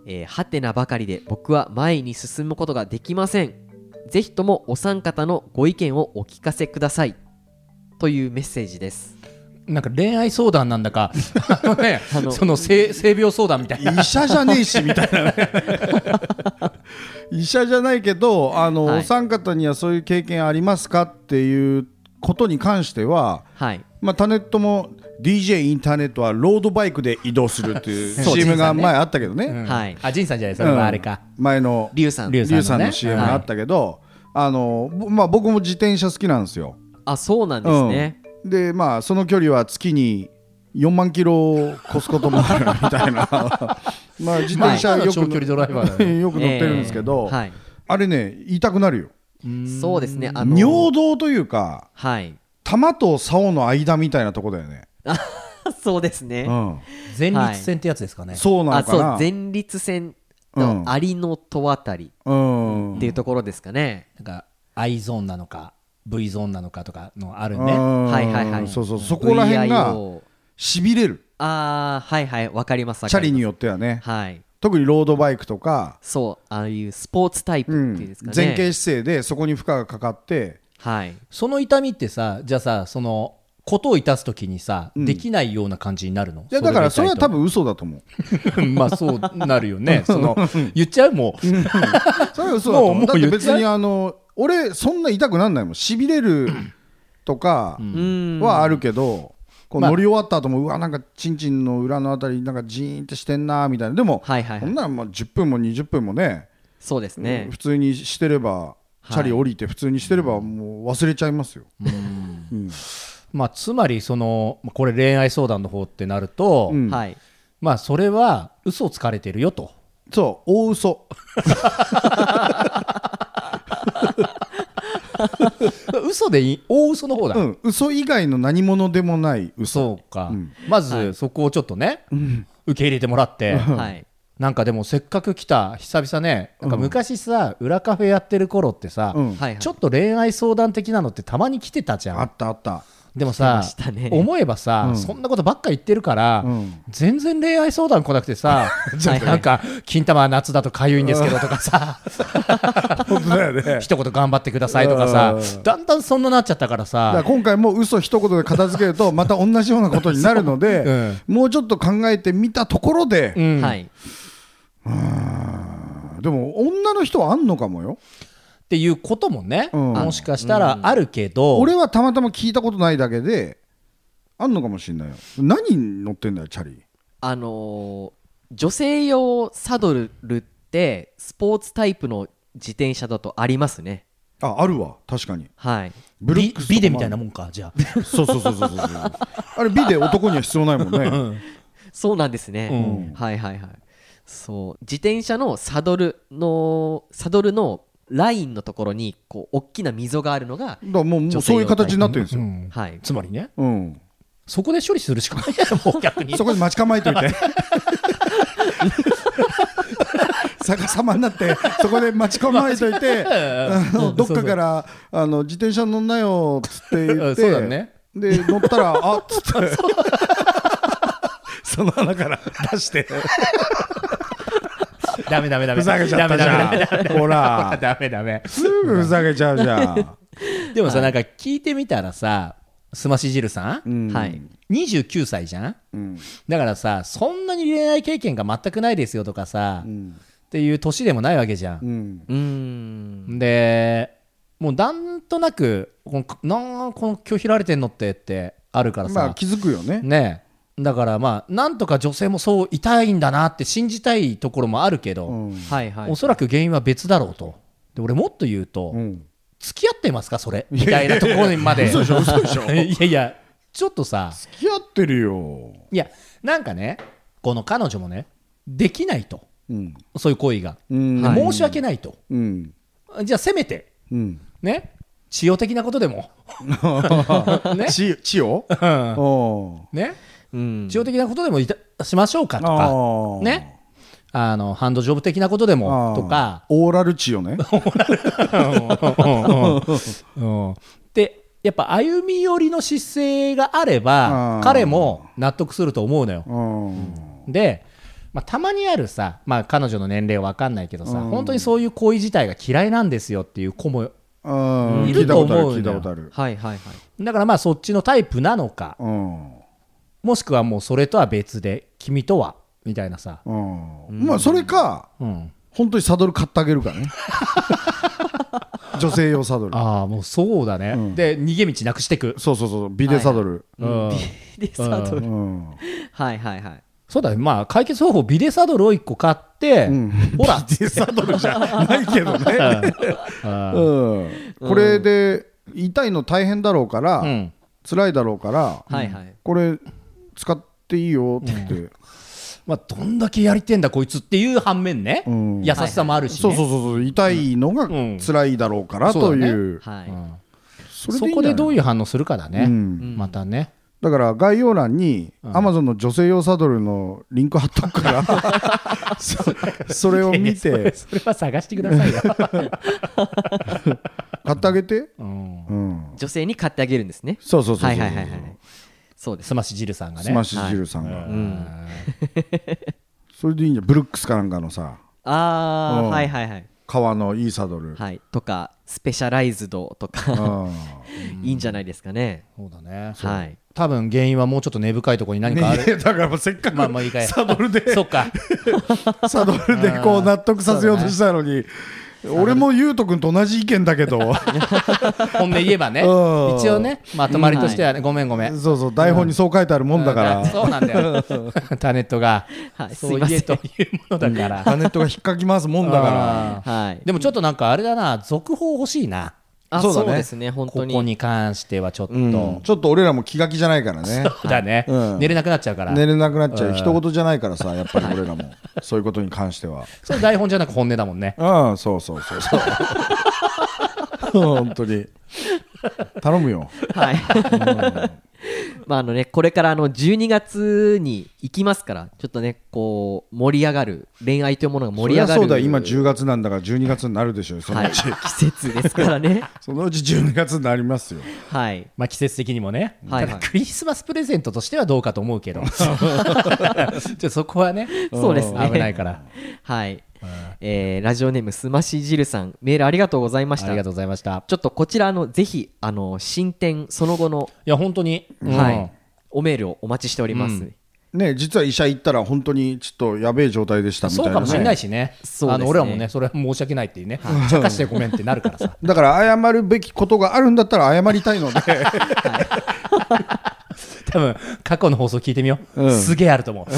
[SPEAKER 2] えーはてなばかりで僕は前に進むことができませんぜひともお三方のご意見をお聞かせくださいというメッセージです
[SPEAKER 3] なんか恋愛相談なんだ
[SPEAKER 4] (laughs)
[SPEAKER 3] か、あのね
[SPEAKER 2] あの
[SPEAKER 3] その性性病相談みたいな。
[SPEAKER 4] 医者じゃねえしみた
[SPEAKER 3] (laughs)
[SPEAKER 4] いなね医者じゃないけどあの、
[SPEAKER 2] はい
[SPEAKER 4] お三方にはそういう経験ありますかっていうことに関しては、
[SPEAKER 2] はい
[SPEAKER 4] まあ、タネットも DJ インターネットはロードバイクで移動するって
[SPEAKER 3] (laughs)
[SPEAKER 4] いう
[SPEAKER 2] そう
[SPEAKER 4] CM が前あったけどね、
[SPEAKER 3] うん
[SPEAKER 2] はい
[SPEAKER 3] あ、仁さんじゃない、それ
[SPEAKER 4] うん
[SPEAKER 3] はあれか。
[SPEAKER 4] 前の
[SPEAKER 2] リュウさん
[SPEAKER 3] リュウ
[SPEAKER 4] リュウさん
[SPEAKER 3] の
[SPEAKER 4] の
[SPEAKER 3] ね
[SPEAKER 4] CM があったけど、あのぼまあ、僕も自転車好きなんですよ。
[SPEAKER 2] あそうなんですね、
[SPEAKER 4] うん、でまあその距離は月に4万キロを越すこともあるみたい
[SPEAKER 3] (laughs)
[SPEAKER 4] なまあ自転車
[SPEAKER 3] まあ
[SPEAKER 4] よく,、
[SPEAKER 3] 長距離ドライバーだね
[SPEAKER 4] (laughs) よく乗ってるんですけど、
[SPEAKER 2] えーはい
[SPEAKER 4] あれね痛くなるよ、
[SPEAKER 2] そうですねあの
[SPEAKER 4] 尿道というか
[SPEAKER 2] はい (laughs)
[SPEAKER 4] 玉と竿の間みたいなとこだよね、
[SPEAKER 2] そうですね、
[SPEAKER 4] うん、
[SPEAKER 3] 前立腺ってやつですかね。
[SPEAKER 4] そうな
[SPEAKER 2] あ
[SPEAKER 4] のか
[SPEAKER 2] そう
[SPEAKER 4] な
[SPEAKER 2] 前立腺の
[SPEAKER 4] うん
[SPEAKER 2] ありの戸あたり
[SPEAKER 4] うん
[SPEAKER 2] っていうところですかね、
[SPEAKER 3] なんか、I ゾーンなのか、V ゾーンなのかとかのある
[SPEAKER 4] う
[SPEAKER 3] ね。
[SPEAKER 4] ん
[SPEAKER 2] はいはいはい
[SPEAKER 4] そうそうそこら辺が
[SPEAKER 2] VIO
[SPEAKER 4] しびれる
[SPEAKER 2] ああはいはいわかりますわ
[SPEAKER 4] チ
[SPEAKER 2] か
[SPEAKER 4] ャ
[SPEAKER 2] り
[SPEAKER 4] リ
[SPEAKER 2] ます
[SPEAKER 4] によってはね
[SPEAKER 2] はい
[SPEAKER 4] 特にロードバイクとか、
[SPEAKER 2] そうああいうスポーツタイプ
[SPEAKER 4] うん
[SPEAKER 2] っていうんですかね、
[SPEAKER 4] 前傾姿勢でそこに負荷がかかって
[SPEAKER 2] はい
[SPEAKER 3] その痛みってさ、じゃあさ、その、ことをいたすときにさ、
[SPEAKER 4] うん
[SPEAKER 3] できないような感じになるの
[SPEAKER 4] いやだからそれは多
[SPEAKER 3] 分
[SPEAKER 4] 分嘘だ
[SPEAKER 2] (laughs)
[SPEAKER 4] と思う
[SPEAKER 3] (laughs) まあそうなるよね、その言っちゃう、もう、
[SPEAKER 4] それは嘘だと思
[SPEAKER 3] も
[SPEAKER 4] う
[SPEAKER 3] う
[SPEAKER 4] だ
[SPEAKER 3] も
[SPEAKER 4] っ
[SPEAKER 3] う
[SPEAKER 4] て
[SPEAKER 3] 言っ
[SPEAKER 4] 別
[SPEAKER 3] ちゃう
[SPEAKER 4] にあの俺そんな痛くなんないもんしびれ
[SPEAKER 2] (clears throat)
[SPEAKER 4] るとか
[SPEAKER 2] うーん
[SPEAKER 4] はあるけど、こう
[SPEAKER 3] まあ
[SPEAKER 4] 乗り終わった後も、うわなんかちんちんの裏のあたりなんかジーンってしてんなみたいなでも、
[SPEAKER 2] はいはいはい
[SPEAKER 4] こんならもう10分も20分もね
[SPEAKER 2] そうですね
[SPEAKER 4] 普、通にしてれば
[SPEAKER 2] はい
[SPEAKER 4] チャリ降りて普通にしてればもう忘れちゃいますよ、うん
[SPEAKER 3] まあ、つまりその、まあこれ、恋愛相談の方ってなると、
[SPEAKER 4] うん
[SPEAKER 2] はい
[SPEAKER 3] まあ、それは嘘をつかれてるよと、
[SPEAKER 4] そう大嘘
[SPEAKER 3] 嘘でいい、大嘘の方だ、
[SPEAKER 4] うん嘘以外の何物でもない嘘
[SPEAKER 3] そうか、
[SPEAKER 4] うん
[SPEAKER 3] ま
[SPEAKER 2] は
[SPEAKER 3] ず
[SPEAKER 2] い
[SPEAKER 3] そこをちょっとね、受け入れてもらって、
[SPEAKER 2] はい
[SPEAKER 3] なんかでも、せっかく来た、久々ね、なんか昔さ、裏カフェやってる頃ってさ、
[SPEAKER 4] うん
[SPEAKER 2] はいはい
[SPEAKER 3] ちょっと恋愛相談的なのってたまに来てたじゃん
[SPEAKER 4] あっ。たあった
[SPEAKER 3] でもさ
[SPEAKER 2] 来てました、ね
[SPEAKER 3] 思えばさ、
[SPEAKER 4] うん
[SPEAKER 3] そんなことばっか言ってるから、
[SPEAKER 4] うん
[SPEAKER 3] 全然恋愛相談来なくてさ、ちょっとなんか、金玉は夏だとかゆいんですけどとかさ、
[SPEAKER 4] 本当だよね
[SPEAKER 3] (laughs)
[SPEAKER 4] だ
[SPEAKER 3] 一言頑張ってくださいとかさ、だんだんそんななっちゃったから
[SPEAKER 4] から
[SPEAKER 3] さ、
[SPEAKER 4] 今回も嘘一言で片付けるとまた同じようなことになるので、もうちょっと考えてみたところで、
[SPEAKER 3] うん
[SPEAKER 2] は
[SPEAKER 3] っ
[SPEAKER 2] い
[SPEAKER 4] でも女の人はあんのかもよ
[SPEAKER 3] ていうこともね、
[SPEAKER 4] うん
[SPEAKER 3] もしかしたらあるけど、
[SPEAKER 4] 俺はたまたま聞いたことないだけであんのかもしれないよ何乗ってんだよチャリ
[SPEAKER 2] あのー女性用サドルってスポーツタイプの自転車だとありますね
[SPEAKER 4] ああるわ確かに
[SPEAKER 2] はい
[SPEAKER 4] ブルッ
[SPEAKER 3] ビ
[SPEAKER 4] クスとかも
[SPEAKER 3] ビデみたいなもんか、
[SPEAKER 4] (laughs)
[SPEAKER 3] じゃあ。
[SPEAKER 4] そうそうそうそうそうそうあれ美で男には必要ないもんね
[SPEAKER 2] そうなんですね、
[SPEAKER 4] うん
[SPEAKER 2] はいはいはいそう自転車のサドルのサドルのラインのところにこう大きな溝があるのが
[SPEAKER 4] だからもうもうそういう形になってるんです
[SPEAKER 3] う
[SPEAKER 4] よ、
[SPEAKER 3] ん
[SPEAKER 2] はい
[SPEAKER 3] つまりね、
[SPEAKER 4] うん、
[SPEAKER 3] そこで処理するしか
[SPEAKER 4] (laughs)
[SPEAKER 3] ないやろ、もう逆に。
[SPEAKER 4] そこで待ち構えておいて逆さまになってそこで待ち構えといて (laughs) あのどっかからあの自転車乗んなよっつって言って
[SPEAKER 3] そうだね
[SPEAKER 4] で乗ったらあっつって
[SPEAKER 3] その穴
[SPEAKER 4] (laughs)
[SPEAKER 3] から出して。 (laughs) ダメダメダメ。
[SPEAKER 4] ふざけちゃったじゃ
[SPEAKER 3] ダ
[SPEAKER 4] ん
[SPEAKER 3] メダメダメダメ
[SPEAKER 4] ほら
[SPEAKER 3] ダメダメ。
[SPEAKER 4] すぐふざけちゃうじゃん。
[SPEAKER 3] でもさ、なんか聞いてみたらさ、すまし汁さん、
[SPEAKER 4] うん
[SPEAKER 2] はい。
[SPEAKER 3] 29歳じゃん
[SPEAKER 4] うん
[SPEAKER 3] だからさ、そんなに恋愛経験が全くないですよとかさ、
[SPEAKER 4] う
[SPEAKER 3] っ
[SPEAKER 4] ん
[SPEAKER 3] ていう年でもないわけじゃ。
[SPEAKER 4] うんん
[SPEAKER 2] うーん。
[SPEAKER 3] で、もうなんとなく、このなんこの拒否られてんのってってあるからさ、
[SPEAKER 4] まあ気づくよね。
[SPEAKER 3] ねえだからまあなんとか女性もそういたいんだなって信じたいところもあるけど、
[SPEAKER 4] うん
[SPEAKER 2] はいはい。
[SPEAKER 3] おそらく原因は別だろうとで俺もっと言うと、
[SPEAKER 4] うん
[SPEAKER 3] 付き合ってますかそれみたいなところにまでい
[SPEAKER 4] 嘘でしょ嘘でしょ
[SPEAKER 3] や (laughs) いやちょっとさ
[SPEAKER 4] 付き合ってるよ。
[SPEAKER 3] いやなんかねこの彼女もねできないと
[SPEAKER 4] うん
[SPEAKER 3] そういう行為が、
[SPEAKER 4] うん
[SPEAKER 3] で申し訳ないと
[SPEAKER 4] うん
[SPEAKER 3] じゃあせめて
[SPEAKER 4] うん。
[SPEAKER 3] ね治療的なことで
[SPEAKER 4] (laughs)
[SPEAKER 3] もね
[SPEAKER 4] ちちよ。
[SPEAKER 3] うん
[SPEAKER 4] おう
[SPEAKER 3] ね
[SPEAKER 2] うん。
[SPEAKER 3] 治療的なことでもいたしましょうかと
[SPEAKER 4] あ
[SPEAKER 3] か
[SPEAKER 4] ー
[SPEAKER 3] ね、あのハンドジョブ的なことで
[SPEAKER 4] あ
[SPEAKER 3] も
[SPEAKER 4] ー
[SPEAKER 3] と
[SPEAKER 4] (laughs)
[SPEAKER 3] か、
[SPEAKER 4] オーラルチよね。
[SPEAKER 3] うんでやっぱ歩み寄りの姿勢があれば
[SPEAKER 4] あー
[SPEAKER 3] 彼も納得すると思うのよ。
[SPEAKER 4] うん
[SPEAKER 3] で、まあ、たまにあるさ、まあ、彼女の年齢は分かんないけどさ、本当にそういう行為自体が嫌いなんですよっていう子も
[SPEAKER 4] うん
[SPEAKER 3] い
[SPEAKER 4] 聞
[SPEAKER 3] る
[SPEAKER 4] いた
[SPEAKER 3] と
[SPEAKER 4] ことある
[SPEAKER 3] 思う
[SPEAKER 4] 聞い
[SPEAKER 3] の
[SPEAKER 4] た
[SPEAKER 3] よ
[SPEAKER 4] ことある。
[SPEAKER 2] はいはいはい。
[SPEAKER 3] だからまあそっちのタイプなのか
[SPEAKER 4] うん
[SPEAKER 3] もしくはもうそれとは別で君とはみたいなさ、
[SPEAKER 4] うんまあそれか
[SPEAKER 3] うん、
[SPEAKER 4] 本当にサドル買ってあげ
[SPEAKER 3] (laughs)
[SPEAKER 4] るからね女性用サドル
[SPEAKER 3] ああもうそうだね、
[SPEAKER 4] ん
[SPEAKER 3] で逃げ道なくしていく、
[SPEAKER 4] そうそうそうビデサドル、
[SPEAKER 3] うん、
[SPEAKER 2] で、サドル。
[SPEAKER 4] うん
[SPEAKER 2] はいはいはい。
[SPEAKER 3] そうだね、まあ、解決方法、ビデサドルを1個買って、
[SPEAKER 4] うん
[SPEAKER 3] ほら、
[SPEAKER 4] ビデサドルじゃないけどね、
[SPEAKER 3] あ
[SPEAKER 4] うん、これで痛いの大変だろうから、
[SPEAKER 3] うん、
[SPEAKER 4] 辛いだろうから、
[SPEAKER 2] はいはい。
[SPEAKER 4] これ使っていいよって言って、
[SPEAKER 3] まあ、どんだけやりてんだ、こいつっていう反面ね、
[SPEAKER 4] うん
[SPEAKER 3] 優しさもあるし、
[SPEAKER 4] そう
[SPEAKER 3] ね
[SPEAKER 4] そうそうそう痛いのが
[SPEAKER 3] うん
[SPEAKER 4] 辛いだろうから
[SPEAKER 3] そう
[SPEAKER 4] と
[SPEAKER 3] だね
[SPEAKER 4] いう、
[SPEAKER 2] はい。
[SPEAKER 4] そ
[SPEAKER 3] そこでどう
[SPEAKER 4] いう
[SPEAKER 3] いう反応するかだね、
[SPEAKER 4] うん
[SPEAKER 3] またね、
[SPEAKER 4] だから概要欄にアマゾンの女性用サドルのリンク貼っとくからそそれを見
[SPEAKER 3] いやいや (laughs)
[SPEAKER 4] て
[SPEAKER 3] それそれは探してくださいよ、
[SPEAKER 4] (laughs) 買ってあげて、
[SPEAKER 3] うん
[SPEAKER 4] うん、
[SPEAKER 2] 女性に買ってあげるんですね。
[SPEAKER 4] そうそうそうそう
[SPEAKER 2] はいはいはいはい。そうです。
[SPEAKER 3] スマシジルさんがね、
[SPEAKER 4] スマッシュジルさんが、
[SPEAKER 2] うん。
[SPEAKER 4] それでいいんじゃんブルックスかなんかのさ
[SPEAKER 2] ああ、
[SPEAKER 4] うん
[SPEAKER 2] はいはいはい。
[SPEAKER 4] 革のいいサドル、
[SPEAKER 2] はい。とか、スペシャライズドとか、
[SPEAKER 4] う
[SPEAKER 2] いいんじゃないですかね。
[SPEAKER 3] そうだね、
[SPEAKER 2] はい。
[SPEAKER 3] 多分原因はもうちょっと根深いところに
[SPEAKER 4] ん
[SPEAKER 3] 何
[SPEAKER 4] ね
[SPEAKER 3] かある、
[SPEAKER 4] (laughs) いやだからもうせっかく
[SPEAKER 3] まあまあいいかい
[SPEAKER 4] サドル
[SPEAKER 3] (laughs)
[SPEAKER 4] で
[SPEAKER 3] そっか、
[SPEAKER 4] サドルでこう納得させようとしたのに、俺もゆうとくんと同じ意見だけど
[SPEAKER 3] 本音言えば
[SPEAKER 2] (laughs)
[SPEAKER 3] ね、
[SPEAKER 4] うん
[SPEAKER 3] 一応ね、まとまりとしてはね、ごめんごめん。
[SPEAKER 4] そうそう台本にそう書いてあるもんだから、
[SPEAKER 3] うんそうなんだ
[SPEAKER 2] (laughs)
[SPEAKER 3] よタネットが、
[SPEAKER 2] はい
[SPEAKER 3] そう言え
[SPEAKER 2] すい
[SPEAKER 3] と
[SPEAKER 2] ま
[SPEAKER 3] いうものだから、
[SPEAKER 4] タネットが引っかき回すもんだから
[SPEAKER 3] あー
[SPEAKER 2] はい。
[SPEAKER 3] でもちょっとなんかあれだな続報欲しいな
[SPEAKER 2] あ、
[SPEAKER 4] そうだ
[SPEAKER 2] そ
[SPEAKER 4] ね
[SPEAKER 2] うですね、本当
[SPEAKER 3] ここ
[SPEAKER 2] に。
[SPEAKER 3] に関してはちょっと、
[SPEAKER 4] うんちょっと俺らも気が気じゃないからね
[SPEAKER 3] そうだね、
[SPEAKER 4] うん
[SPEAKER 3] 寝れなくなっちゃうから、
[SPEAKER 4] 寝れなくなっちゃ
[SPEAKER 3] う
[SPEAKER 4] うん人事じゃないからさやっぱり俺らもそういうことに関しては
[SPEAKER 3] それ台本じゃなく本音だもんね
[SPEAKER 4] うんそうそうそうそう本当に頼むよ
[SPEAKER 2] はい。 (laughs) まああのね、これからあの12月に行きますから、ちょっとね、こう、盛り上がる、恋愛というものが盛り上がる。
[SPEAKER 4] そりゃそうだよ今10月なんだから12月になるでしょうよその
[SPEAKER 2] は
[SPEAKER 4] う
[SPEAKER 2] い、
[SPEAKER 4] ち、
[SPEAKER 2] 季節ですから
[SPEAKER 3] (laughs)
[SPEAKER 2] ね。
[SPEAKER 4] そのうち12月になりますよ
[SPEAKER 2] はい。
[SPEAKER 3] まあ季節的にもね、
[SPEAKER 2] はいはい
[SPEAKER 3] ただクリスマスプレゼントとしてはどうかと思う
[SPEAKER 2] (laughs)
[SPEAKER 3] けど (laughs) ちょっとそこはね
[SPEAKER 2] そうですね
[SPEAKER 3] ん危ないから
[SPEAKER 2] はい。えーラジオネームすまし汁さん、メールありがとうございまし
[SPEAKER 3] あ
[SPEAKER 2] た。
[SPEAKER 3] りがとうございました
[SPEAKER 2] ちょっとこちらあのぜひあの進展その後の、
[SPEAKER 3] いや本当に、うん
[SPEAKER 2] はい、おメールをお待ちしております。
[SPEAKER 3] うん
[SPEAKER 4] ね実は医者行ったら本当にちょっとやべえ状態でしたみたい
[SPEAKER 3] そ
[SPEAKER 4] な、
[SPEAKER 3] う
[SPEAKER 4] ね、
[SPEAKER 3] かもしれないしね
[SPEAKER 2] そうですね
[SPEAKER 3] あの俺らもねそれは申し訳ないっていうね茶化してごめんってなるから
[SPEAKER 4] (laughs)
[SPEAKER 3] さ
[SPEAKER 4] だから謝るべきことがあるんだったら謝りたいので
[SPEAKER 3] 多分過去の放送聞いてみよう、
[SPEAKER 4] うん
[SPEAKER 3] すげえあると思う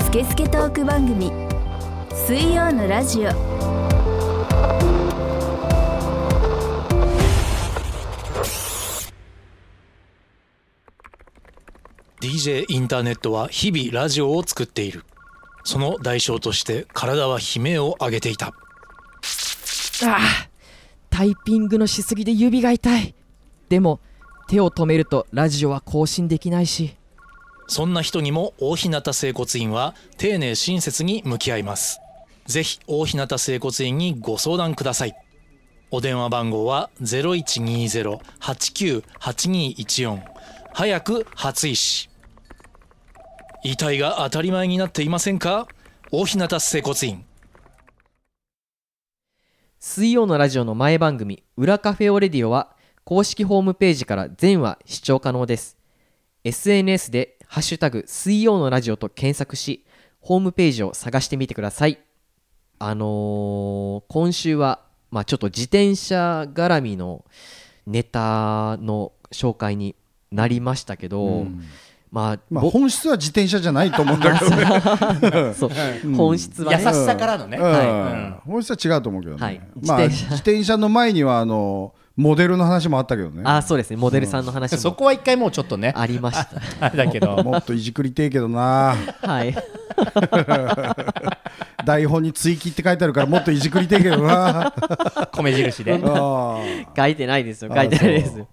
[SPEAKER 1] スケスケトーク番組水曜のラジオ
[SPEAKER 5] 「DJ インターネット」は日々ラジオを作っているその代償として体は悲鳴を上げていた
[SPEAKER 6] ああタイピングのしすぎで指が痛いでも
[SPEAKER 2] 手を止めるとラジオは更新できないし
[SPEAKER 5] そんな人にも大日向整骨院は丁寧親切に向き合いますぜひ大日向整骨院にご相談くださいお電話番号は0120-89-8214早く初医師遺体が当たり前になっていませんか大日向整骨院
[SPEAKER 2] 水曜のラジオの前番組「裏カフェオレディオ」は公式ホームページから全話視聴可能です SNS で「ハッシュタグ水曜のラジオ」と検索しホームページを探してみてくださいあのー今週は、まあ、ちょっと自転車絡みのネタの紹介になりましたけど、まあ、
[SPEAKER 4] (laughs) まあ、
[SPEAKER 2] ぼ
[SPEAKER 4] 本質は自転車じゃないと思うんだけど
[SPEAKER 3] (laughs)
[SPEAKER 4] ね、
[SPEAKER 2] そう
[SPEAKER 4] うん
[SPEAKER 2] 本質は
[SPEAKER 3] 優
[SPEAKER 2] ね
[SPEAKER 3] しさからのね、
[SPEAKER 4] うん
[SPEAKER 3] は
[SPEAKER 4] 本質は違うと思うけどね、
[SPEAKER 2] はい
[SPEAKER 4] まあ、
[SPEAKER 2] 自転車
[SPEAKER 4] 自転車の前にはあのモデルの話もあったけどね
[SPEAKER 2] あそうですねモデルさんの話
[SPEAKER 3] い、そ
[SPEAKER 2] も
[SPEAKER 3] こは一回もうちょっとね
[SPEAKER 2] ありました
[SPEAKER 3] あれだけど
[SPEAKER 4] もっといじくりてえけどな (laughs)
[SPEAKER 2] はい
[SPEAKER 4] 台本に追記って書いてあるからもっといじくりてえけど
[SPEAKER 3] (laughs)
[SPEAKER 4] な
[SPEAKER 3] 米印で
[SPEAKER 4] あ
[SPEAKER 2] 書いてないですよ書いてないですよ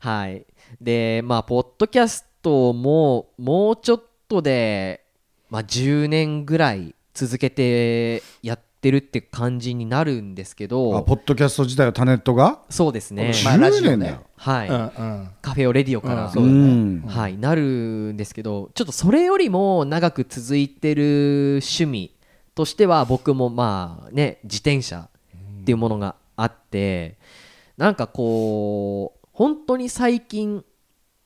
[SPEAKER 2] はいでまあポッドキャストももうちょっとで、まあ、10年ぐらい続けてやってるって感じになるんですけ
[SPEAKER 4] ーあ
[SPEAKER 2] ど
[SPEAKER 4] ポッドキャスト自体はタネットが
[SPEAKER 2] そうですね、
[SPEAKER 3] まあラジオね
[SPEAKER 4] 10年だよ、
[SPEAKER 2] はい、
[SPEAKER 3] うんうん
[SPEAKER 2] カフェオレディオから、
[SPEAKER 3] うんそうだ
[SPEAKER 4] う
[SPEAKER 3] ね
[SPEAKER 4] ん
[SPEAKER 2] はい、なるんですけどちょっとそれよりも長く続いてる趣味としては僕もまあね自転車っていうものがあってなんかこう本当に最近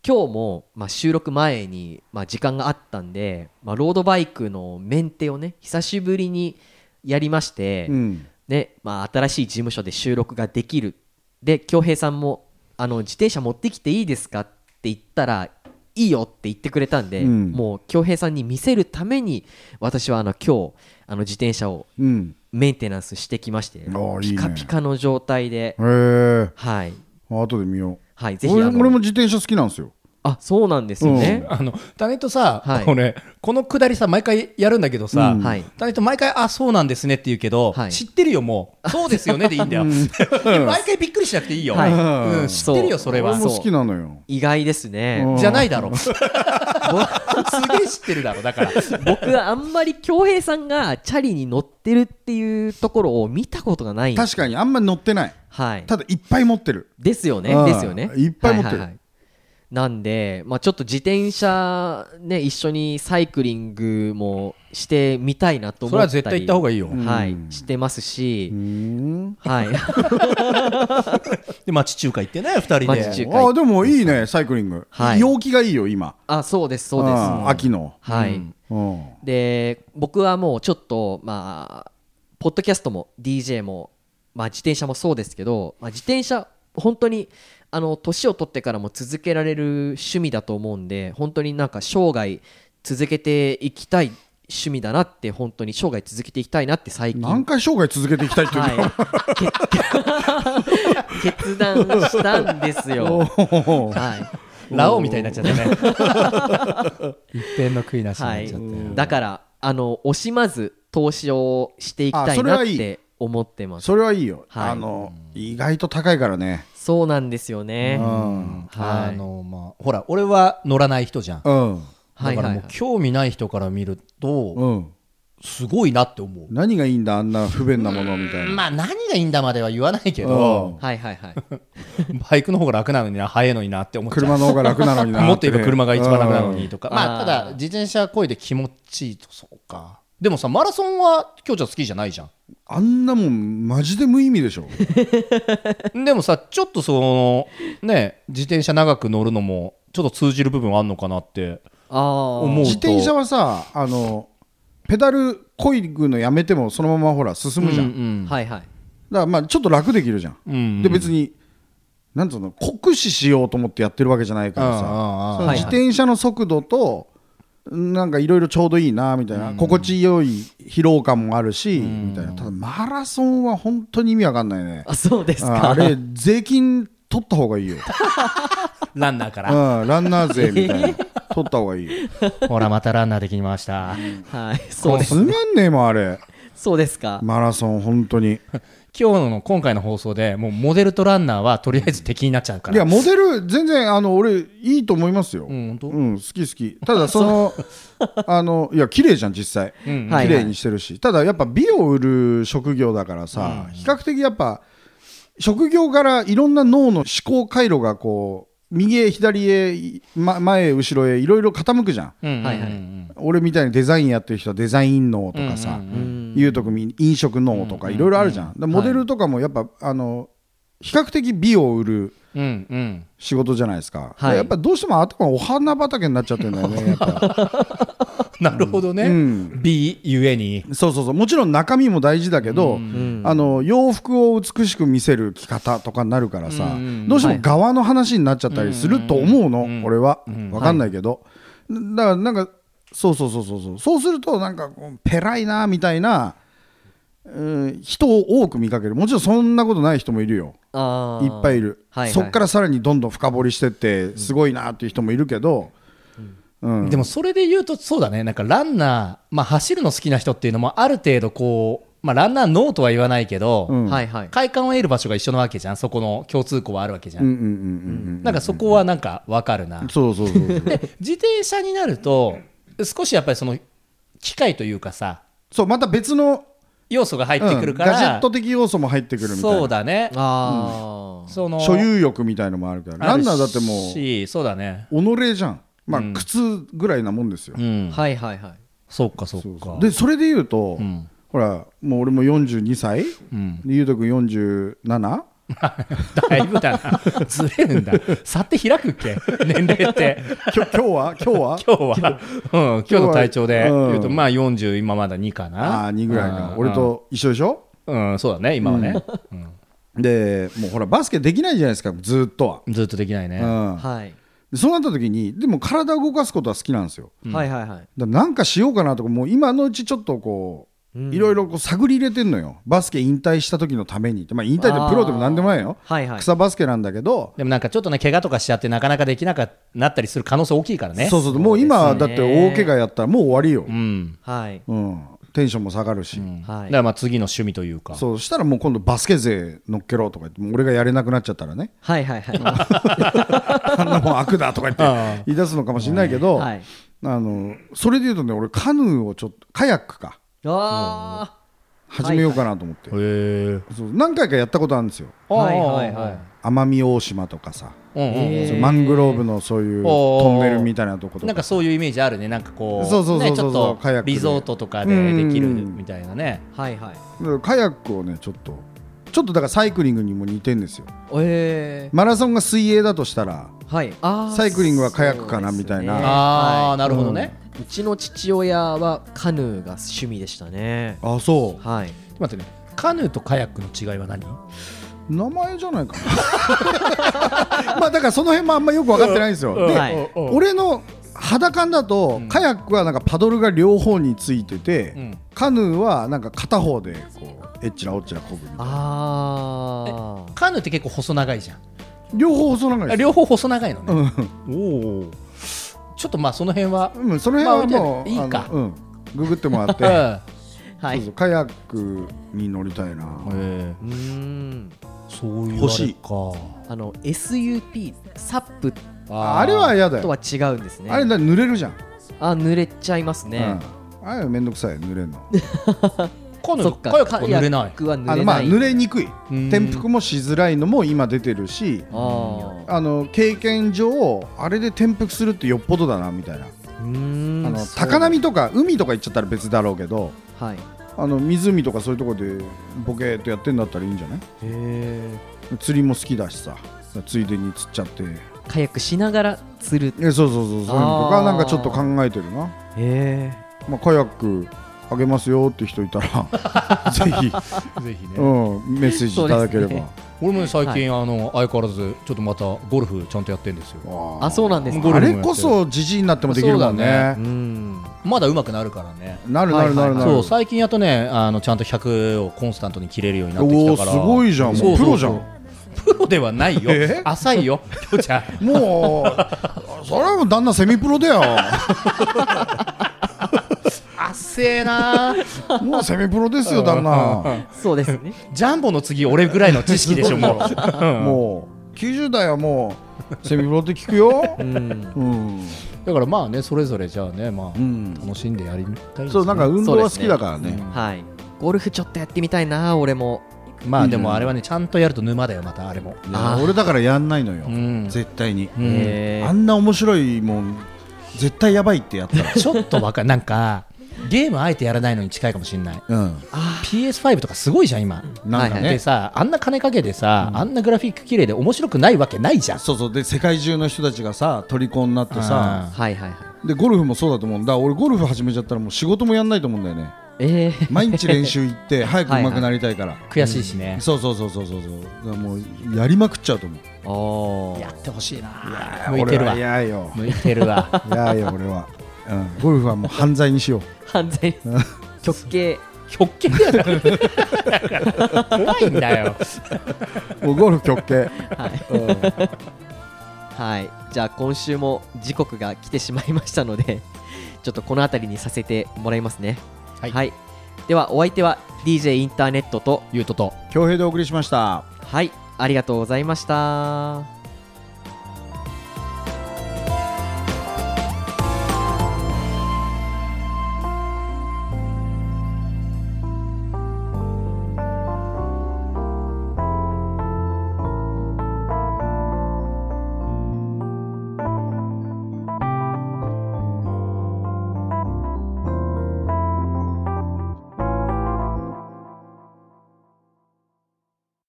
[SPEAKER 2] 今日も、まあ、収録前に、まあ、時間があったんで、まあ、ロードバイクのメンテをね久しぶりにやりまして、
[SPEAKER 4] うん
[SPEAKER 2] ねまあ、新しい事務所で収録ができるで恭平さんもあの「自転車持ってきていいですか?」って言ったら「いいよ」って言ってくれたんで、
[SPEAKER 4] うん
[SPEAKER 2] もう恭平さんに見せるために私はあの今日あの自転車を
[SPEAKER 4] うん
[SPEAKER 2] メンテナンスしてきまして
[SPEAKER 4] ーいい
[SPEAKER 2] ピ
[SPEAKER 4] ね
[SPEAKER 2] カピカの状態で、
[SPEAKER 4] へえ
[SPEAKER 2] はい、
[SPEAKER 4] 後で見よ
[SPEAKER 2] はい、
[SPEAKER 4] う
[SPEAKER 2] ぜひ
[SPEAKER 4] 俺
[SPEAKER 2] あの
[SPEAKER 4] 俺も自転車好きなんですよ
[SPEAKER 2] あそうなんですよね、
[SPEAKER 3] あのタネットさ、
[SPEAKER 2] はい
[SPEAKER 3] 俺このくだりさ毎回やるんだけどさ、
[SPEAKER 4] うん
[SPEAKER 2] はい
[SPEAKER 3] タネット毎回あそうなんですねって言うけど、
[SPEAKER 2] はい
[SPEAKER 3] 知ってるよもうそうですよねでいいんだよ (laughs) 毎回びっくりしなくていいよ、
[SPEAKER 2] はい
[SPEAKER 3] うん、知ってるよ
[SPEAKER 2] そ
[SPEAKER 3] そうれ
[SPEAKER 4] 俺
[SPEAKER 3] は
[SPEAKER 4] も好きなのよ
[SPEAKER 2] 意外ですね、
[SPEAKER 4] うん
[SPEAKER 3] じゃないだろ (laughs) すげえ知ってるだろだから
[SPEAKER 2] 僕はあんまり恭平さんがチャリに乗ってるっていうところを見たことがないんです
[SPEAKER 4] 確かにあんまり乗ってない
[SPEAKER 2] はい、
[SPEAKER 4] ただいっぱい持ってる
[SPEAKER 2] ですよね、
[SPEAKER 4] うん
[SPEAKER 2] ですよね。
[SPEAKER 4] いっぱい持ってる
[SPEAKER 2] なんで、まあ、ちょっと自転車、ね、一緒にサイクリングもしてみたいなと思
[SPEAKER 3] それ
[SPEAKER 2] った
[SPEAKER 3] は
[SPEAKER 2] り
[SPEAKER 3] 絶対行った方がいいよ、
[SPEAKER 2] はい
[SPEAKER 4] うん
[SPEAKER 2] してますし、
[SPEAKER 4] うん
[SPEAKER 2] はい、
[SPEAKER 3] で町中華行ってね二人で
[SPEAKER 2] 町中
[SPEAKER 4] あでもいいねサイクリング、
[SPEAKER 2] はい
[SPEAKER 4] 陽気がいいよ今
[SPEAKER 2] あそうです、そうです。
[SPEAKER 4] ん秋の、
[SPEAKER 2] はい、
[SPEAKER 3] うん
[SPEAKER 4] うん
[SPEAKER 2] で僕はもうちょっとまあポッドキャストも DJ も、まあ、自転車もそうですけど、まあ、自転車本当にあの年を取ってからも続けられる趣味だと思うんで本当になんか生涯続けていきたい趣味だなって本当に生涯続けていきたいなって最近
[SPEAKER 4] 何回生涯続けていきたいっていうの、
[SPEAKER 2] はい、け (laughs) 決断したんですよ。はい
[SPEAKER 3] ラオウみたいになっちゃったね一遍の悔いなしに
[SPEAKER 2] は
[SPEAKER 3] なっ
[SPEAKER 2] い
[SPEAKER 3] ちゃって、、
[SPEAKER 2] だからあの惜しまず投資をしていきた
[SPEAKER 4] あ
[SPEAKER 2] い
[SPEAKER 4] それ
[SPEAKER 2] なっ
[SPEAKER 4] はいい
[SPEAKER 2] て思ってます。
[SPEAKER 4] (laughs) それはいいよ、
[SPEAKER 2] はい
[SPEAKER 4] あの意外と高いからね
[SPEAKER 2] そうなんですよね。
[SPEAKER 4] うん
[SPEAKER 2] はい
[SPEAKER 3] あのまあほら俺は乗らない人じゃん
[SPEAKER 4] うん
[SPEAKER 2] はい
[SPEAKER 3] だか
[SPEAKER 2] はい
[SPEAKER 3] ら
[SPEAKER 2] は
[SPEAKER 3] もう
[SPEAKER 2] い。
[SPEAKER 3] 興味ない人から見ると
[SPEAKER 4] うん
[SPEAKER 3] すごいなって思う、
[SPEAKER 4] 何がいいんだあんな不便なものみたいな、
[SPEAKER 3] まあ何がいいんだまでは言わないけ
[SPEAKER 4] うん
[SPEAKER 3] ど
[SPEAKER 2] はいはい
[SPEAKER 4] (laughs)
[SPEAKER 2] はい。
[SPEAKER 3] バイクの方が楽なのにな早いのになって思っちゃう
[SPEAKER 4] 車の方が楽なの
[SPEAKER 3] (laughs)
[SPEAKER 4] にな
[SPEAKER 3] もっと言えば車が一番楽なのにとか、
[SPEAKER 2] うん
[SPEAKER 3] ま
[SPEAKER 2] あー
[SPEAKER 3] あただ自転車こいで気持ちいいとそうかでもさマラソンは京ちゃん好きじゃないじゃ
[SPEAKER 4] あんなもんマジで無意味でしょ
[SPEAKER 3] んでもさちょっとそのね自転車長く乗るのもちょっと通じる部分あんのかなって
[SPEAKER 2] ああ。
[SPEAKER 3] 思うと
[SPEAKER 4] 自転車はさあのペダルこいぐのやめてもそのままほら進むじゃん、だか
[SPEAKER 3] ん
[SPEAKER 2] はいはい。
[SPEAKER 4] らまあちょっと楽できるじゃん、
[SPEAKER 3] うんうん
[SPEAKER 4] で別になんつうの酷使しようと思ってやってるわけじゃないからさ、
[SPEAKER 3] あ
[SPEAKER 4] そ
[SPEAKER 3] ーあーあー
[SPEAKER 4] の
[SPEAKER 2] はい
[SPEAKER 4] 自転車の速度と、なんかいろいろちょうどいいなみたいな、心地よい疲労感もあるし、みたいなただマラソンは本当に意味わかんないね
[SPEAKER 2] あそうです
[SPEAKER 4] あ
[SPEAKER 2] か。
[SPEAKER 4] あれ税金取った方がいいよ、
[SPEAKER 3] ランナーか
[SPEAKER 4] う
[SPEAKER 3] ら
[SPEAKER 4] ん、ランナー税みたいな取った方がいいよ
[SPEAKER 3] ほらまたランナーできました
[SPEAKER 2] はい。そう
[SPEAKER 4] もう
[SPEAKER 2] です。
[SPEAKER 4] すまんねえもんあれ
[SPEAKER 2] そうですか。
[SPEAKER 4] マラソン本当に
[SPEAKER 3] 今日の今回の放送でもうモデルとランナーはとりあえず敵になっちゃうか
[SPEAKER 4] い
[SPEAKER 3] ら
[SPEAKER 4] やモデル全然あの俺いいと思います
[SPEAKER 3] う
[SPEAKER 4] よ、
[SPEAKER 3] ん本当
[SPEAKER 4] うん、好き好きただそ (laughs) のあのいや綺麗じゃん実際、
[SPEAKER 3] ん
[SPEAKER 2] はい
[SPEAKER 4] 綺麗にしてるし、ただやっぱ美を売る職業だからさ、比較的やっぱ職業柄いろんな脳の思考回路がこう右へ左へ、いま、前へ後ろへいろいろ傾くじゃん
[SPEAKER 3] うんうんうん
[SPEAKER 2] はいはい
[SPEAKER 4] 俺みたいにデザインやってる人はデザイン脳とかさ、ゆうとくん飲食脳とかいろいろあるじゃん、でモデルとかもやっぱ、あの比較的美を売る
[SPEAKER 3] うんうん
[SPEAKER 4] 仕事じゃないですか、
[SPEAKER 2] はい
[SPEAKER 4] やっぱどうしても頭お花畑になっちゃってるんだよ (laughs) ねやっぱ、
[SPEAKER 3] なるほどね、
[SPEAKER 4] うん、
[SPEAKER 3] B ゆえに
[SPEAKER 4] そうそうそうもちろん中身も大事だけど、あの洋服を美しく見せる着方とかになるからさ、どうしても側の話になっちゃったりすると思うの、俺は、わかんないけど、だからなんかそうそうそうそうそうそうするとなんかこうペライなみたいな、うん、人を多く見かけるもちろんそんなことない人もいるよ
[SPEAKER 2] あー
[SPEAKER 4] いっぱいいる、
[SPEAKER 2] はいはい
[SPEAKER 4] そこからさらにどんどん深掘りしてってすごいなっていう人もいるけど、うん
[SPEAKER 3] でもそれで言うとそうだねなんかランナー、まあ、走るの好きな人っていうのもある程度こう、まあ、ランナーノーとは言わないけど、
[SPEAKER 4] うん
[SPEAKER 2] はいはい。
[SPEAKER 3] 快感を得る場所が一緒なわけじゃんそこの共通項はあるわけじゃん、
[SPEAKER 4] うんうんうんうん
[SPEAKER 3] なんかそこはなんか分かるな、
[SPEAKER 4] うんそうそうそうそう
[SPEAKER 3] で自転車になると少しやっぱりその機械というかさ
[SPEAKER 4] そうまた別の
[SPEAKER 3] 要素が入ってくるから、
[SPEAKER 4] うんガジェット的要素も入ってくるみたいな
[SPEAKER 3] そうだね
[SPEAKER 2] ああ。
[SPEAKER 3] その
[SPEAKER 4] 所有欲みたいのもあるからランナーだってもう
[SPEAKER 3] しそうだね
[SPEAKER 4] 己じゃんまあ靴ぐらいなもんですよ、
[SPEAKER 3] うん
[SPEAKER 2] はいはいはい。
[SPEAKER 3] そっかそっか
[SPEAKER 4] そうそうでそれで言うと、
[SPEAKER 3] ん
[SPEAKER 4] ほらもう俺も42歳、
[SPEAKER 3] うん
[SPEAKER 4] でゆうとくん 47?
[SPEAKER 3] だいぶだなずれるんだ差って開くっけ年齢って
[SPEAKER 4] きょ今日は今日は
[SPEAKER 3] 今日は、うん、今日の体調で
[SPEAKER 4] 今日は
[SPEAKER 3] 言うと、
[SPEAKER 4] うん
[SPEAKER 3] まあ40、今まだ2かな。
[SPEAKER 4] ああ2ぐらい
[SPEAKER 3] うん
[SPEAKER 4] か俺、と一緒でしょ
[SPEAKER 3] うん、そうだね、今はね。
[SPEAKER 4] でもうほらバスケできないじゃないですかずーっとは、
[SPEAKER 3] ずっとできないね。
[SPEAKER 4] うん
[SPEAKER 2] はい。
[SPEAKER 4] でそうなった時にでも体を動かすことは好きなんですよ
[SPEAKER 2] はいはいはい。
[SPEAKER 4] だからなんかしようかなとかもう今のうちちょっとこう、いろいろこう探り入れてんのよバスケ引退した時のためにって、まあ、引退ってプロでもなんでもないよ、
[SPEAKER 2] あーはいはい
[SPEAKER 4] 草バスケなんだけど、
[SPEAKER 3] でもなんかちょっとね、怪我とかしちゃって、なかなかできなかなったりする可能性大きいからね。
[SPEAKER 4] そうそうそうもう今はだって大怪我やったらもう終わりよ
[SPEAKER 3] う、ん。
[SPEAKER 2] はい。
[SPEAKER 4] うんテンションも下がるし、
[SPEAKER 2] は
[SPEAKER 3] だ
[SPEAKER 2] い
[SPEAKER 3] か。らまあ次の趣味というか。
[SPEAKER 4] そうしたらもう今度バスケ勢乗っけろとか言ってもう俺がやれなくなっちゃったらね
[SPEAKER 2] はいはいは
[SPEAKER 4] あんなもん悪だとか言って言い出すのかもしれない
[SPEAKER 2] い。
[SPEAKER 4] けど、
[SPEAKER 2] はい。
[SPEAKER 4] あのそれでいうとね俺カヌーをちょっとカヤックか
[SPEAKER 2] あ
[SPEAKER 4] 始めようかなと思って、
[SPEAKER 3] へえ。
[SPEAKER 4] そう何回かやったことあるんですよ
[SPEAKER 2] あ。はいはいはい。
[SPEAKER 4] 奄美大島とかさ
[SPEAKER 3] い。うんうん。
[SPEAKER 2] へー
[SPEAKER 4] そうマングローブのそういう
[SPEAKER 3] おー
[SPEAKER 4] トンネルみたいなとことか
[SPEAKER 3] なんかそういうイメージあるね。なんかこう、
[SPEAKER 4] そうそうそうそう
[SPEAKER 3] ねちょっと
[SPEAKER 4] カヤックで
[SPEAKER 3] リゾートとかでできるみたいなね。
[SPEAKER 2] はいはい。
[SPEAKER 4] カヤックをねちょっとちょっとだからサイクリングにも似てんですよ
[SPEAKER 2] ええ。
[SPEAKER 4] マラソンが水泳だとしたら
[SPEAKER 2] はい。あー
[SPEAKER 4] サイクリングはカヤックかなみたいな
[SPEAKER 2] そうですね
[SPEAKER 3] あ
[SPEAKER 2] は
[SPEAKER 3] あ、なるほどね。
[SPEAKER 2] いうんうちの父親はカヌーが趣味でしたね。
[SPEAKER 4] あそ
[SPEAKER 2] はい。
[SPEAKER 3] 待ってね。カヌーとカヤックの違いは何
[SPEAKER 4] う名前じゃないか (laughs) なまあだからその辺もあんまよく分かってないんですよ、で、
[SPEAKER 2] はい
[SPEAKER 4] 俺の肌感だと、カヤックはなんかパドルが両方についてて、
[SPEAKER 3] ん
[SPEAKER 4] カヌーはなんか片方でこうえっちらおっちらこぐみたいな
[SPEAKER 2] あ
[SPEAKER 3] カヌーって結構細長いじゃん。
[SPEAKER 4] 両方細長い
[SPEAKER 3] あ
[SPEAKER 4] です
[SPEAKER 3] 両方細長いのね、おおちょっとまあその辺は、
[SPEAKER 4] うん、その辺はもう、
[SPEAKER 3] まあ置いてあるいいか
[SPEAKER 4] あのうん、ググってもらっ
[SPEAKER 3] (laughs) うん
[SPEAKER 4] て
[SPEAKER 2] あ。は
[SPEAKER 4] そう
[SPEAKER 2] い。
[SPEAKER 4] そううカヤックに乗りたいな、
[SPEAKER 3] え
[SPEAKER 2] ーん。
[SPEAKER 3] ーそういう
[SPEAKER 4] 欲しい
[SPEAKER 3] あ
[SPEAKER 2] あの SUP サップ
[SPEAKER 3] れか
[SPEAKER 4] ああれは嫌だ
[SPEAKER 2] と
[SPEAKER 4] よ
[SPEAKER 2] は違うんですね。
[SPEAKER 4] あれだ濡れるじゃん、
[SPEAKER 2] あ濡れちゃいますね。
[SPEAKER 4] うん、あれはめんどくさい濡れるの
[SPEAKER 3] カヌ
[SPEAKER 2] そ
[SPEAKER 3] ー
[SPEAKER 2] っか。
[SPEAKER 3] カヤックは濡れない
[SPEAKER 2] 僕は濡
[SPEAKER 4] あ
[SPEAKER 2] れな
[SPEAKER 4] の
[SPEAKER 2] い。
[SPEAKER 4] まあ濡れにくい
[SPEAKER 3] ん
[SPEAKER 4] 転覆もしづらいのも今出てるし
[SPEAKER 2] あ
[SPEAKER 4] あの経験上あれで転覆するってよっぽどだなみたいな、
[SPEAKER 2] ーうーん
[SPEAKER 4] あの高波とか海とか行っちゃったら別だろうけど
[SPEAKER 2] はい。へ
[SPEAKER 4] あの湖とかそういうとこでボケーっとやってんだったらいいんじゃない
[SPEAKER 2] え。
[SPEAKER 4] 釣りも好きだしさついでに釣っちゃって
[SPEAKER 2] カヤックしながら釣る。
[SPEAKER 4] えそうそうそうそういうのと
[SPEAKER 2] あ
[SPEAKER 4] か
[SPEAKER 2] ー
[SPEAKER 4] なんかちょっと考えてるな
[SPEAKER 2] へえ。
[SPEAKER 4] まあ、カヤックあげますよって人いた
[SPEAKER 3] (laughs)
[SPEAKER 4] らぜひ、
[SPEAKER 3] ぜひね、
[SPEAKER 4] うん、メッセージいただけれ
[SPEAKER 2] そう
[SPEAKER 4] ば、
[SPEAKER 2] ですね
[SPEAKER 3] 俺もね最近、あの相変わらずちょっとまたゴルフちゃんとやってんですよ
[SPEAKER 4] わあ
[SPEAKER 2] あそうなんです
[SPEAKER 3] ゴル
[SPEAKER 2] か。
[SPEAKER 4] あ
[SPEAKER 3] フもや
[SPEAKER 4] れ
[SPEAKER 3] ってる
[SPEAKER 4] こそじじいになってもできるもん
[SPEAKER 3] そうだ
[SPEAKER 4] ね
[SPEAKER 2] うーん。
[SPEAKER 3] まだ上手くなるからね
[SPEAKER 4] なるなるなるなる、
[SPEAKER 3] そう最近やっとねあのちゃんと100をコンスタントに切れるようになってき
[SPEAKER 4] お
[SPEAKER 3] た
[SPEAKER 4] お
[SPEAKER 3] か
[SPEAKER 4] す
[SPEAKER 3] ら
[SPEAKER 4] ごいじゃん
[SPEAKER 3] そ
[SPEAKER 4] も
[SPEAKER 3] う
[SPEAKER 4] う
[SPEAKER 3] そ
[SPEAKER 4] プ
[SPEAKER 3] うそう
[SPEAKER 4] ロじゃん
[SPEAKER 3] プロではないよ
[SPEAKER 4] え
[SPEAKER 3] 浅
[SPEAKER 4] (laughs)
[SPEAKER 3] いよきょうちゃん
[SPEAKER 4] もうそれはもう旦那セミプロだよ
[SPEAKER 3] (laughs) あっせえな
[SPEAKER 4] もうセミプロですよ
[SPEAKER 3] (laughs)
[SPEAKER 4] 旦那
[SPEAKER 2] そうですね。
[SPEAKER 3] ジャンボの次俺ぐらいの知識でしょもううん
[SPEAKER 4] もう90代はもうセミプロって聞くよ
[SPEAKER 2] うん。
[SPEAKER 4] うん、
[SPEAKER 3] だからまあねそれぞれじゃあねまあ、
[SPEAKER 4] うん、
[SPEAKER 3] 楽しんでやりたいですね
[SPEAKER 4] そうなんか運動は好きだからね
[SPEAKER 2] はい。ゴルフちょっとやってみたいな、俺も。
[SPEAKER 3] まあで
[SPEAKER 4] うん
[SPEAKER 3] もあれはねちゃんとやると沼だよまたあれも
[SPEAKER 4] い
[SPEAKER 2] あ
[SPEAKER 4] や
[SPEAKER 2] ー
[SPEAKER 4] 俺だからやんないのよ、
[SPEAKER 3] うん
[SPEAKER 4] 絶対に、
[SPEAKER 3] うん
[SPEAKER 2] へー
[SPEAKER 4] あんな面白いもん絶対やばいってやったら
[SPEAKER 3] ちょっとわかんなんかゲームあえてやらないのに近いかもしれない
[SPEAKER 4] うん、
[SPEAKER 3] PS5 とかすごいじゃん今
[SPEAKER 4] なんか
[SPEAKER 2] はい
[SPEAKER 4] ね、
[SPEAKER 2] は
[SPEAKER 3] でさあんな金かけてさ、あんなグラフィック綺麗で面白くないわけないじゃん
[SPEAKER 4] そうそうで世界中の人たちがさ虜になってさ
[SPEAKER 2] はいはいはい。
[SPEAKER 4] でゴルフもそうだと思うんだ俺ゴルフ始めちゃったらもう仕事もやんないと思うんだよね
[SPEAKER 3] (laughs)
[SPEAKER 2] ええ。
[SPEAKER 4] 毎日練習行って早く上手くなりたいから
[SPEAKER 3] 悔しいしね、
[SPEAKER 4] そうそうそうそうそうそうだからもうやりまくっちゃうと思
[SPEAKER 2] お
[SPEAKER 4] う
[SPEAKER 3] やってほしいな向
[SPEAKER 4] 俺
[SPEAKER 3] いてるわ
[SPEAKER 4] は嫌よ
[SPEAKER 3] 向いてるわ
[SPEAKER 4] 嫌よ俺は、うん、ゴルフはもう犯罪にしよ
[SPEAKER 2] 犯罪。
[SPEAKER 3] (laughs)
[SPEAKER 2] 極刑。
[SPEAKER 3] ひょっけんやだ
[SPEAKER 4] (laughs)
[SPEAKER 3] 怖いんだよ
[SPEAKER 4] うもうゴルフ極刑、うん
[SPEAKER 2] はい。じゃあ今週も時刻が来てしまいましたので、 (laughs) ちょっとこの辺りにさせてもらいますね。
[SPEAKER 3] はい
[SPEAKER 2] ではお相手は DJ インターネットと、
[SPEAKER 3] ゆうとと
[SPEAKER 4] 恭平でお送りしました
[SPEAKER 2] はい。ありがとうございました。